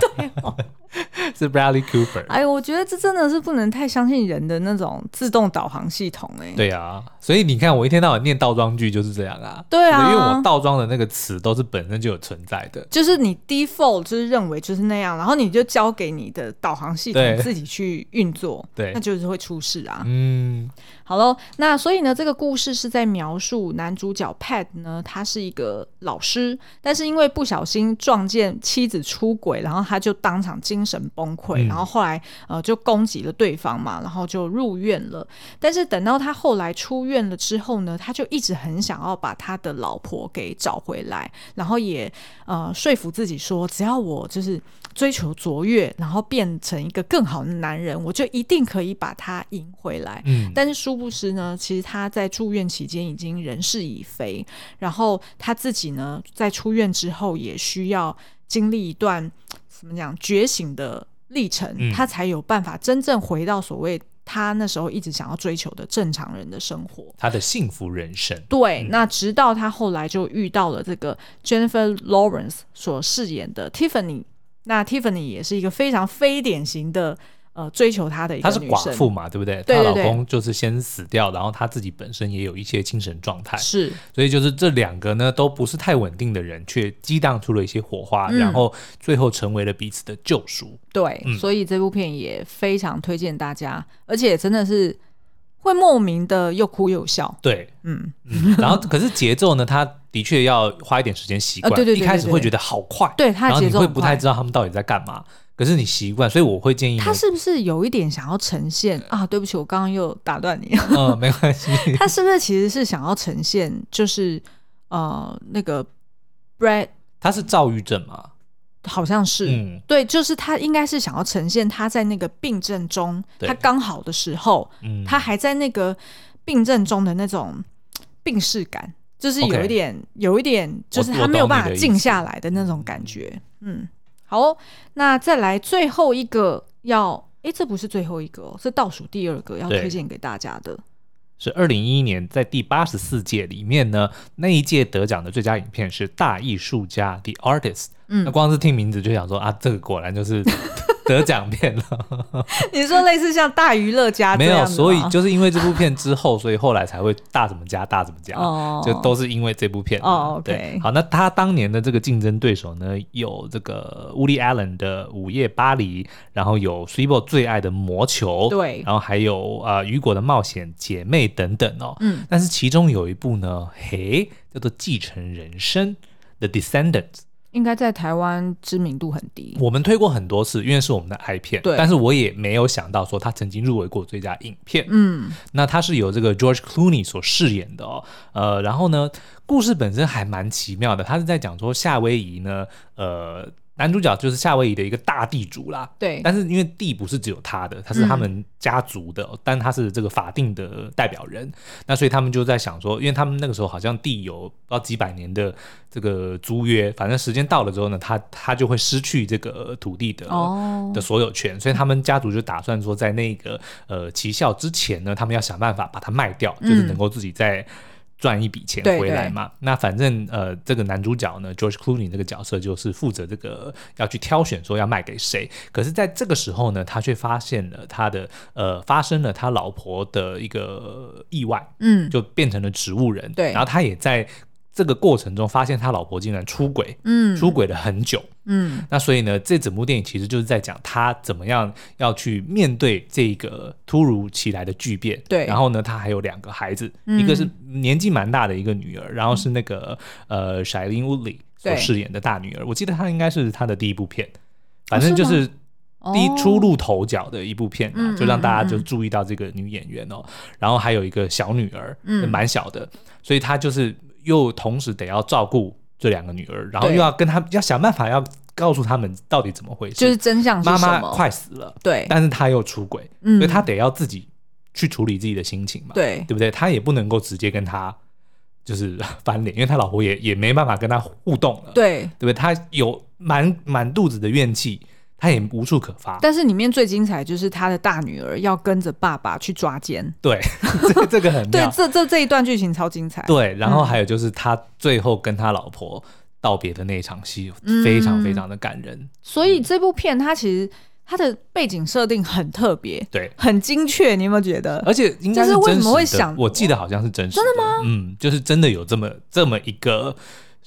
[SPEAKER 2] 是 Bradley Cooper。
[SPEAKER 1] 哎，我觉得这真的是不能太相信人的那种自动导航系统哎、
[SPEAKER 2] 对啊，所以你看，我一天到晚念倒装句就是这样啊。
[SPEAKER 1] 对啊
[SPEAKER 2] 因为我倒装的那个词都是本身就有存在的。
[SPEAKER 1] 就是你 default 就是认为就是那样，然后你就交给你的导航系统
[SPEAKER 2] 对
[SPEAKER 1] 自己去运作，
[SPEAKER 2] 对
[SPEAKER 1] 那就是会出事啊。
[SPEAKER 2] 嗯
[SPEAKER 1] 好喽，那所以呢，这个故事是在描述男主角 Pat 呢，他是一个老师，但是因为不小心撞见妻子出轨，然后他就当场精神崩溃，
[SPEAKER 2] 嗯
[SPEAKER 1] 然后后来呃就攻击了对方嘛，然后就入院了。但是等到他后来出院了之后呢，他就一直很想要把他的老婆给找回来，然后也呃说服自己说，只要我就是追求卓越，然后变成一个更好的男人，我就一定可以把他赢回来。
[SPEAKER 2] 嗯，
[SPEAKER 1] 但是殊不知呢，其实他在住院期间已经人事已非，然后他自己呢，在出院之后也需要经历一段怎么讲觉醒的历程，
[SPEAKER 2] 嗯
[SPEAKER 1] 他才有办法真正回到所谓他那时候一直想要追求的正常人的生活。
[SPEAKER 2] 他的幸福人生。
[SPEAKER 1] 对，那直到他后来就遇到了这个 Jennifer Lawrence 所饰演的 Tiffany，那 Tiffany 也是一个非常非典型的呃追求他的一个
[SPEAKER 2] 她
[SPEAKER 1] 女
[SPEAKER 2] 是
[SPEAKER 1] 生，
[SPEAKER 2] 寡妇嘛，对不对？
[SPEAKER 1] 对
[SPEAKER 2] 她
[SPEAKER 1] 对
[SPEAKER 2] 老
[SPEAKER 1] 对
[SPEAKER 2] 公就是先死掉，然后她自己本身也有一些精神状态，
[SPEAKER 1] 是
[SPEAKER 2] 所以就是这两个呢都不是太稳定的人，却激荡出了一些火花，
[SPEAKER 1] 嗯
[SPEAKER 2] 然后最后成为了彼此的救赎。
[SPEAKER 1] 对，
[SPEAKER 2] 嗯
[SPEAKER 1] 所以这部片也非常推荐大家，而且真的是会莫名的又哭又笑。
[SPEAKER 2] 对，
[SPEAKER 1] 嗯， [laughs]
[SPEAKER 2] 嗯然后可是节奏呢，他的确要花一点时间习惯。
[SPEAKER 1] 啊对对对
[SPEAKER 2] 一开始
[SPEAKER 1] 对对
[SPEAKER 2] 会觉得好快，
[SPEAKER 1] 对它的
[SPEAKER 2] 然后你
[SPEAKER 1] 节奏
[SPEAKER 2] 会
[SPEAKER 1] 很
[SPEAKER 2] 不太
[SPEAKER 1] 快
[SPEAKER 2] 知道他们到底在干嘛。可是你习惯，所以我会建议你
[SPEAKER 1] 他，是不是有一点想要呈现啊？对不起，我刚刚又打断你。
[SPEAKER 2] 嗯，没关系，
[SPEAKER 1] 他是不是其实是想要呈现，就是呃那个 Brad
[SPEAKER 2] 他是躁郁症嘛，
[SPEAKER 1] 好像 [laughs] 是，
[SPEAKER 2] 嗯
[SPEAKER 1] 对，就是他应该是想要呈现他在那个病症中，
[SPEAKER 2] 对
[SPEAKER 1] 他刚好的时候，
[SPEAKER 2] 嗯，
[SPEAKER 1] 他还在那个病症中的那种病逝感，就是有
[SPEAKER 2] OK
[SPEAKER 1] 一点有一点，就是
[SPEAKER 2] 我
[SPEAKER 1] 他没有办法
[SPEAKER 2] 我懂你的意思
[SPEAKER 1] 静下来的那种感觉。嗯，好哦、那再来最后一个要，诶，这不是最后一个哦，是倒数第二个要
[SPEAKER 2] 对
[SPEAKER 1] 推荐给大家的。 [laughs]
[SPEAKER 2] 是二零一一年在第八十四届里面呢，那一届得奖的最佳影片是《大艺术家》The Artist。
[SPEAKER 1] 嗯
[SPEAKER 2] 那光是听名字就想说啊，这个果然就是
[SPEAKER 1] [laughs]
[SPEAKER 2] 得奖片了。
[SPEAKER 1] 你说类似像大娱乐啊家这
[SPEAKER 2] 没
[SPEAKER 1] 样哦
[SPEAKER 2] 有，
[SPEAKER 1] 子
[SPEAKER 2] 所以
[SPEAKER 1] 吗
[SPEAKER 2] 就是因为这部片之后，所以后来才会大怎么加大怎么加，
[SPEAKER 1] 哦
[SPEAKER 2] 就都是因为这部片。
[SPEAKER 1] 哦，OK
[SPEAKER 2] 对，好，那他当年的这个竞争对手呢，有这个 Woody Allen 的《午夜巴黎》，然后有 s w e b o 最爱的《魔球》，
[SPEAKER 1] 对
[SPEAKER 2] 然后还有呃雨果的《冒险姐妹》等等哦。
[SPEAKER 1] 嗯，
[SPEAKER 2] 但是其中有一部呢，嘿，叫做《继承人生》The Descendants。
[SPEAKER 1] 应该在台湾知名度很低。
[SPEAKER 2] 我们推过很多次，因为是我们的 I 片，
[SPEAKER 1] 对
[SPEAKER 2] 但是我也没有想到说他曾经入围过最佳影片。
[SPEAKER 1] 嗯，
[SPEAKER 2] 那他是由这个 George Clooney 所饰演的哦。呃，然后呢，故事本身还蛮奇妙的，他是在讲说夏威夷呢，呃，男主角就是夏威夷的一个大地主啦。
[SPEAKER 1] 对，
[SPEAKER 2] 但是因为地不是只有他的，他是他们家族的，哦
[SPEAKER 1] 嗯
[SPEAKER 2] 但他是这个法定的代表人，那所以他们就在想说，因为他们那个时候好像地有不知道几百年的这个租约，反正时间到了之后呢，他他就会失去这个土地的、
[SPEAKER 1] 哦
[SPEAKER 2] 的所有权，所以他们家族就打算说，在那个呃期效之前呢，他们要想办法把它卖掉，就是能够自己再。赚一笔钱
[SPEAKER 1] 嗯对
[SPEAKER 2] 回来
[SPEAKER 1] 对
[SPEAKER 2] 嘛？那反正呃，这个男主角呢，George Clooney 这个角色就是负责这个要去挑选说要卖给谁。可是，在这个时候呢，他却发现了他的呃，发生了他老婆的一个意外，
[SPEAKER 1] 嗯
[SPEAKER 2] 就变成了植物人。
[SPEAKER 1] 对
[SPEAKER 2] 然后他也在这个过程中发现他老婆竟然出轨，
[SPEAKER 1] 嗯
[SPEAKER 2] 出轨了很久。
[SPEAKER 1] 嗯
[SPEAKER 2] 那所以呢，这整部电影其实就是在讲他怎么样要去面对这个突如其来的巨变。
[SPEAKER 1] 对嗯
[SPEAKER 2] 然后呢，他还有两个孩子，一个是年纪蛮大的一个女儿，然后是那个呃闪灵乌里所
[SPEAKER 1] 对
[SPEAKER 2] 饰演的大女儿，我记得她应该是她的第一部片，反正
[SPEAKER 1] 哦是
[SPEAKER 2] 就
[SPEAKER 1] 吗
[SPEAKER 2] 是第一
[SPEAKER 1] 哦
[SPEAKER 2] 初露头角的一部片啊，
[SPEAKER 1] 嗯
[SPEAKER 2] 就让大家就注意到这个女演员哦。然后还有一个小女儿，
[SPEAKER 1] 嗯
[SPEAKER 2] 蛮小的，所以她就是又同时得要照顾这两个女儿，然后又
[SPEAKER 1] 对
[SPEAKER 2] 要跟她要想办法要告诉他们到底怎么回事，
[SPEAKER 1] 就是真相是
[SPEAKER 2] 妈妈
[SPEAKER 1] 什么
[SPEAKER 2] 快死了，
[SPEAKER 1] 对
[SPEAKER 2] 但是她又出轨，
[SPEAKER 1] 嗯
[SPEAKER 2] 所以她得要自己去处理自己的心情嘛，
[SPEAKER 1] 对
[SPEAKER 2] 对不对？她也不能够直接跟她就是翻脸，因为她老婆也也没办法跟她互动了，
[SPEAKER 1] 对，
[SPEAKER 2] 对不对？她有满满肚子的怨气，她也无处可发。
[SPEAKER 1] 但是里面最精彩就是他的大女儿要跟着爸爸去抓奸，
[SPEAKER 2] 对， [laughs] 这个这个很
[SPEAKER 1] 对
[SPEAKER 2] 妙，。
[SPEAKER 1] 这这这一段剧情超精彩。
[SPEAKER 2] 对，然
[SPEAKER 1] 嗯
[SPEAKER 2] 后还有就是他最后跟他老婆道别的那一场戏，
[SPEAKER 1] 嗯
[SPEAKER 2] 非常非常的感人。
[SPEAKER 1] 所以这部片它其实它的背景设定很特别，
[SPEAKER 2] 对，
[SPEAKER 1] 很精确，你有没有觉得？
[SPEAKER 2] 而且应该
[SPEAKER 1] 这是为
[SPEAKER 2] 真
[SPEAKER 1] 什
[SPEAKER 2] 实
[SPEAKER 1] 么会
[SPEAKER 2] 的
[SPEAKER 1] 想
[SPEAKER 2] 我记得好像是真实的。真的吗？嗯，就是真的有这么这么一个，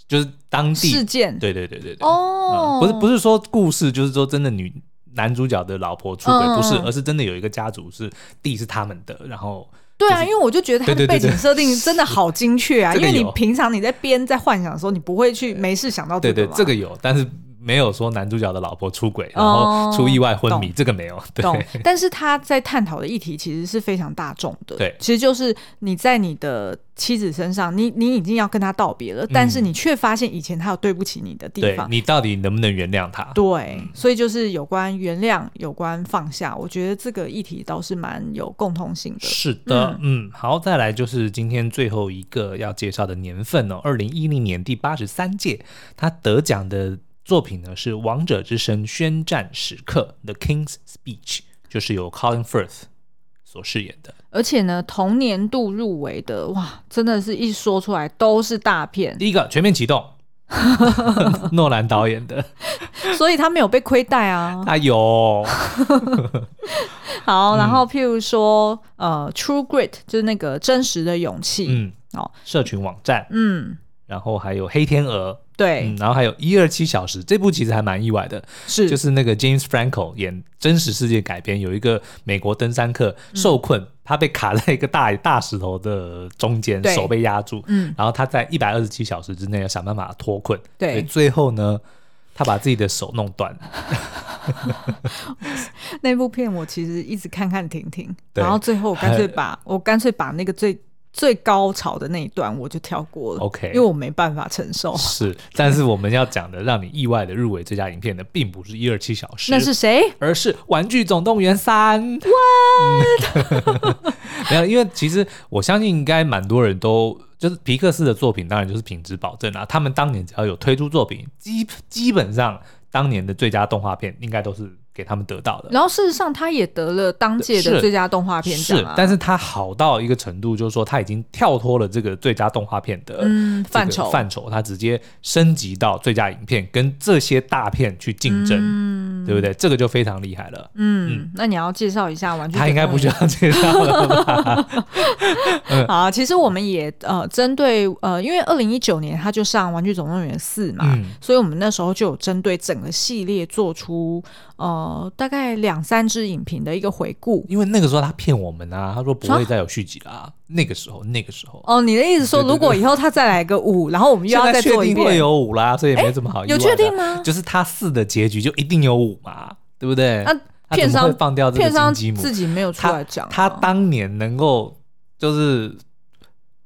[SPEAKER 2] 就是当地
[SPEAKER 1] 事件
[SPEAKER 2] 对对对对对。
[SPEAKER 1] 哦
[SPEAKER 2] 嗯，不是不是说故事，就是说真的女男主角的老婆出轨，
[SPEAKER 1] 嗯嗯
[SPEAKER 2] 不是，
[SPEAKER 1] 嗯
[SPEAKER 2] 而是真的有一个家族是地是他们的，然后
[SPEAKER 1] 对
[SPEAKER 2] 就
[SPEAKER 1] 啊，
[SPEAKER 2] 是
[SPEAKER 1] 因为我就觉得它
[SPEAKER 2] 对
[SPEAKER 1] 的
[SPEAKER 2] 对对
[SPEAKER 1] 背景
[SPEAKER 2] 对
[SPEAKER 1] 设定真的好精确啊，
[SPEAKER 2] 这
[SPEAKER 1] 因
[SPEAKER 2] 个
[SPEAKER 1] 为你
[SPEAKER 2] 有
[SPEAKER 1] 平常你在编在幻想的时候，你不啊会去没事想到
[SPEAKER 2] 对
[SPEAKER 1] 这
[SPEAKER 2] 对
[SPEAKER 1] 个嘛。
[SPEAKER 2] 这个有，但是没有说男主角的老婆出轨，然后出意外昏迷，
[SPEAKER 1] 哦懂
[SPEAKER 2] 这个没有。对，
[SPEAKER 1] 懂，但是他在探讨的议题其实是非常大众的。
[SPEAKER 2] 对
[SPEAKER 1] 其实就是你在你的妻子身上，你你已经要跟他道别了，但是你却发现以前他有对不起你的地
[SPEAKER 2] 嗯对嗯
[SPEAKER 1] 方。
[SPEAKER 2] 你到底能不能原谅他？
[SPEAKER 1] 对，所以就是有关原谅、有关放下，我觉得这个议题倒是蛮有共通性的。
[SPEAKER 2] 是的，嗯，好，再来就是今天最后一个要介绍的年份哦，二零一零年第八十三届，他得奖的作品呢是《王者之声：宣战时刻》（The King's Speech），就是由 Colin Firth 所饰演的。
[SPEAKER 1] 而且呢，同年度入围的，哇，真的是一说出来都是大
[SPEAKER 2] [laughs]
[SPEAKER 1] 片，
[SPEAKER 2] 第一个《全面启动》，诺兰导
[SPEAKER 1] [laughs]
[SPEAKER 2] 演的，
[SPEAKER 1] 所以他没有被亏待
[SPEAKER 2] [laughs]
[SPEAKER 1] 啊。
[SPEAKER 2] 他有，
[SPEAKER 1] 好，然后譬如说，呃，True Grit 就是那个真实的勇气，
[SPEAKER 2] 嗯，
[SPEAKER 1] 哦，
[SPEAKER 2] 社群网站，
[SPEAKER 1] 嗯，
[SPEAKER 2] 然后还有《黑天鹅》，
[SPEAKER 1] 对，
[SPEAKER 2] 嗯，然后还有一二七小时，这部其实还蛮意外的，
[SPEAKER 1] 是
[SPEAKER 2] 就是那个 James Franco 演真实世界改编，有一个美国登山客
[SPEAKER 1] 嗯
[SPEAKER 2] 受困，他被卡在一个大大石头的中间，
[SPEAKER 1] 对
[SPEAKER 2] 手被压住，
[SPEAKER 1] 嗯，
[SPEAKER 2] 然后他在一百二十七小时之内要想办法脱困，
[SPEAKER 1] 对
[SPEAKER 2] 所以最后呢，他把自己的手弄断了，
[SPEAKER 1] 那部片我其实一直看看停停，
[SPEAKER 2] 对
[SPEAKER 1] 然后最后我干脆把我干脆把那个最最高潮的那一段我就跳过了
[SPEAKER 2] OK
[SPEAKER 1] 因为我没办法承受。
[SPEAKER 2] 是，但是我们要讲的让你意外的入围最佳影片的，并不是一二七小时，
[SPEAKER 1] 那是谁？
[SPEAKER 2] 而是《玩具总动员三》 [laughs] 哇！没有，因为其实我相信应该蛮多人都就是皮克斯的作品，当然就是品质保证啦、他们当年只要有推出作品，基基本上当年的最佳动画片应该都是给他们得到的。
[SPEAKER 1] 然后事实上，他也得了当届
[SPEAKER 2] 是
[SPEAKER 1] 的最佳动画片奖
[SPEAKER 2] 是
[SPEAKER 1] 啊，，
[SPEAKER 2] 但是它好到一个程度，就是说它已经跳脱了这个最佳动画片的
[SPEAKER 1] 嗯
[SPEAKER 2] 这个
[SPEAKER 1] 范畴
[SPEAKER 2] 范畴，它直接升级到最佳影片，跟这些大片去竞争，对不对？这个就非常厉害了。
[SPEAKER 1] 嗯，那你要介绍一下玩具总动员？
[SPEAKER 2] 他应该不需要介绍了吧？ [laughs]
[SPEAKER 1] 好，其实我们也呃，针对呃，因为二零一九年他就上《玩具总动员四》嘛，
[SPEAKER 2] 嗯
[SPEAKER 1] 所以我们那时候就有针对整个系列做出呃大概两三支影评的一个回顾。
[SPEAKER 2] 因为那个时候他骗我们啊，他说不会再有续集啦、那个时候，那个时候，啊
[SPEAKER 1] 哦，你的意思说，
[SPEAKER 2] 对对对
[SPEAKER 1] 如果以后他再来个五，然后我们又要
[SPEAKER 2] 现在
[SPEAKER 1] 再
[SPEAKER 2] 确
[SPEAKER 1] 做一
[SPEAKER 2] 定会
[SPEAKER 1] 遍，
[SPEAKER 2] 有啊五啦，所以没什么好意外的。
[SPEAKER 1] 有确定吗？
[SPEAKER 2] 就是他四的结局就一定有五嘛，对不对？
[SPEAKER 1] 那
[SPEAKER 2] 他
[SPEAKER 1] 片
[SPEAKER 2] 怎么
[SPEAKER 1] 商
[SPEAKER 2] 会放掉啊这个
[SPEAKER 1] 啊片商
[SPEAKER 2] 金鸡母
[SPEAKER 1] 自，己没有出来讲啊
[SPEAKER 2] 他当年能够就是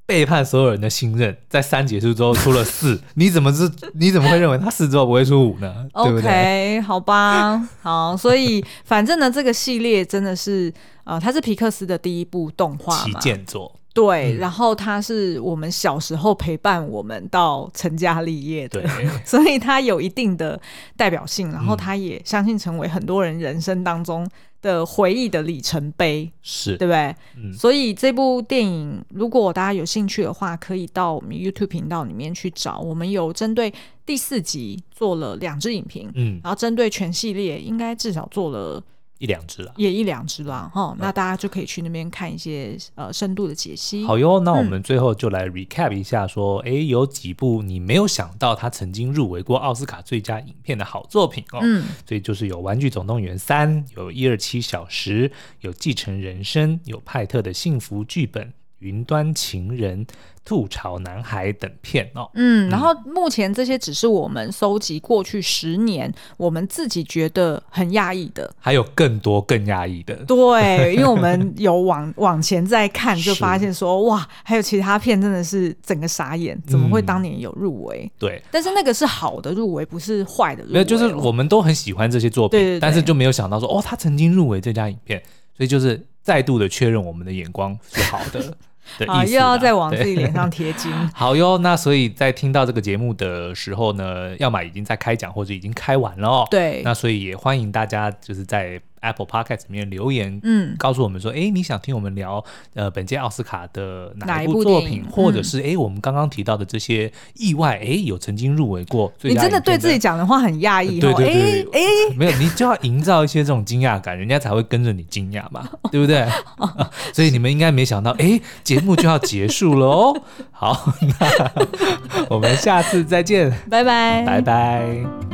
[SPEAKER 2] 背叛所有人的信任，在三结束之后出了 [laughs] 四，你怎么是你怎么会认为他四之后不会出五呢？对不对？
[SPEAKER 1] OK，好吧， [laughs] 好，所以反正呢，这个系列真的是，呃，它是皮克斯的第一部动画
[SPEAKER 2] 旗
[SPEAKER 1] 嘛，
[SPEAKER 2] 舰嗯作，
[SPEAKER 1] 对，然后它是我们小时候陪伴我们到成家立业的，
[SPEAKER 2] 对，
[SPEAKER 1] [laughs]
[SPEAKER 2] 嗯
[SPEAKER 1] 所以它有一定的代表性，然后它也相信成为很多人人生当中的回忆的里程碑，
[SPEAKER 2] 是
[SPEAKER 1] 对不对？
[SPEAKER 2] 嗯
[SPEAKER 1] 所以这部电影，如果大家有兴趣的话，可以到我们 YouTube 频道里面去找，我们有针对第四集做了两支影评，
[SPEAKER 2] 嗯，
[SPEAKER 1] 然后针对全系列应该至少做了
[SPEAKER 2] 一两只啦。
[SPEAKER 1] 也一两支啦，哈，那大家就可以去那边看一些呃深度的解析。
[SPEAKER 2] 好哟，那我
[SPEAKER 1] 嗯
[SPEAKER 2] 们最后就来 recap 一下，说，诶，有几部你没有想到它曾经入围过奥斯卡最佳影片的好作品哦。
[SPEAKER 1] 嗯，
[SPEAKER 2] 所以就是有《玩具总动员三》，有《一二七小时》，有《继承人生》，有《派特的幸福剧本》。云端情人、吐槽男孩等片哦，
[SPEAKER 1] 嗯，然后目前这些只是我们搜集过去十年我们自己觉得很讶异的，
[SPEAKER 2] 还有更多更压抑 [laughs] 的，
[SPEAKER 1] 对，因为我们有往往前再
[SPEAKER 2] [laughs]
[SPEAKER 1] 看，就是发现说哇，还有其他片真的是整个傻眼，怎么会当年有入围？
[SPEAKER 2] 对，
[SPEAKER 1] 但是那个是好的入围，不是坏的入
[SPEAKER 2] 嗯
[SPEAKER 1] 围
[SPEAKER 2] 没有，
[SPEAKER 1] 哦，
[SPEAKER 2] 就是我们都很喜欢这些作品，
[SPEAKER 1] 对对对
[SPEAKER 2] 但是就没有想到说，哦，他曾经入围最佳影片，所以就是再度的确认我们的眼光是好
[SPEAKER 1] [laughs]
[SPEAKER 2] 的的意思啦。
[SPEAKER 1] 啊，又要再往自
[SPEAKER 2] 对
[SPEAKER 1] 己脸上贴金。
[SPEAKER 2] 好哟，那所以在听到这个节目的时候呢，要么已经在开讲，或者已经开完了哦。
[SPEAKER 1] 对
[SPEAKER 2] 那所以也欢迎大家就是在 Apple Podcast 里面留言，
[SPEAKER 1] 嗯，
[SPEAKER 2] 告诉我们说，诶，你想听我们聊呃本届奥斯卡的哪
[SPEAKER 1] 哪
[SPEAKER 2] 一
[SPEAKER 1] 一
[SPEAKER 2] 部
[SPEAKER 1] 部
[SPEAKER 2] 作
[SPEAKER 1] 电
[SPEAKER 2] 品，
[SPEAKER 1] 影
[SPEAKER 2] 或者是诶我们刚刚提到的这些意外，诶，有曾经入围过最
[SPEAKER 1] 你
[SPEAKER 2] 佳
[SPEAKER 1] 真的
[SPEAKER 2] 影
[SPEAKER 1] 对
[SPEAKER 2] 片
[SPEAKER 1] 自己讲的话很讶异
[SPEAKER 2] 对
[SPEAKER 1] 哦，
[SPEAKER 2] 对对
[SPEAKER 1] 哎
[SPEAKER 2] 对
[SPEAKER 1] 哎，
[SPEAKER 2] 没有，你就要营造一些这种惊讶感，人家才会跟着你惊讶嘛，对不对？啊所以你们应该没想到，诶，节目就要结束了哦。 [laughs] 好，那我们下次再见，
[SPEAKER 1] 拜拜，
[SPEAKER 2] 拜拜。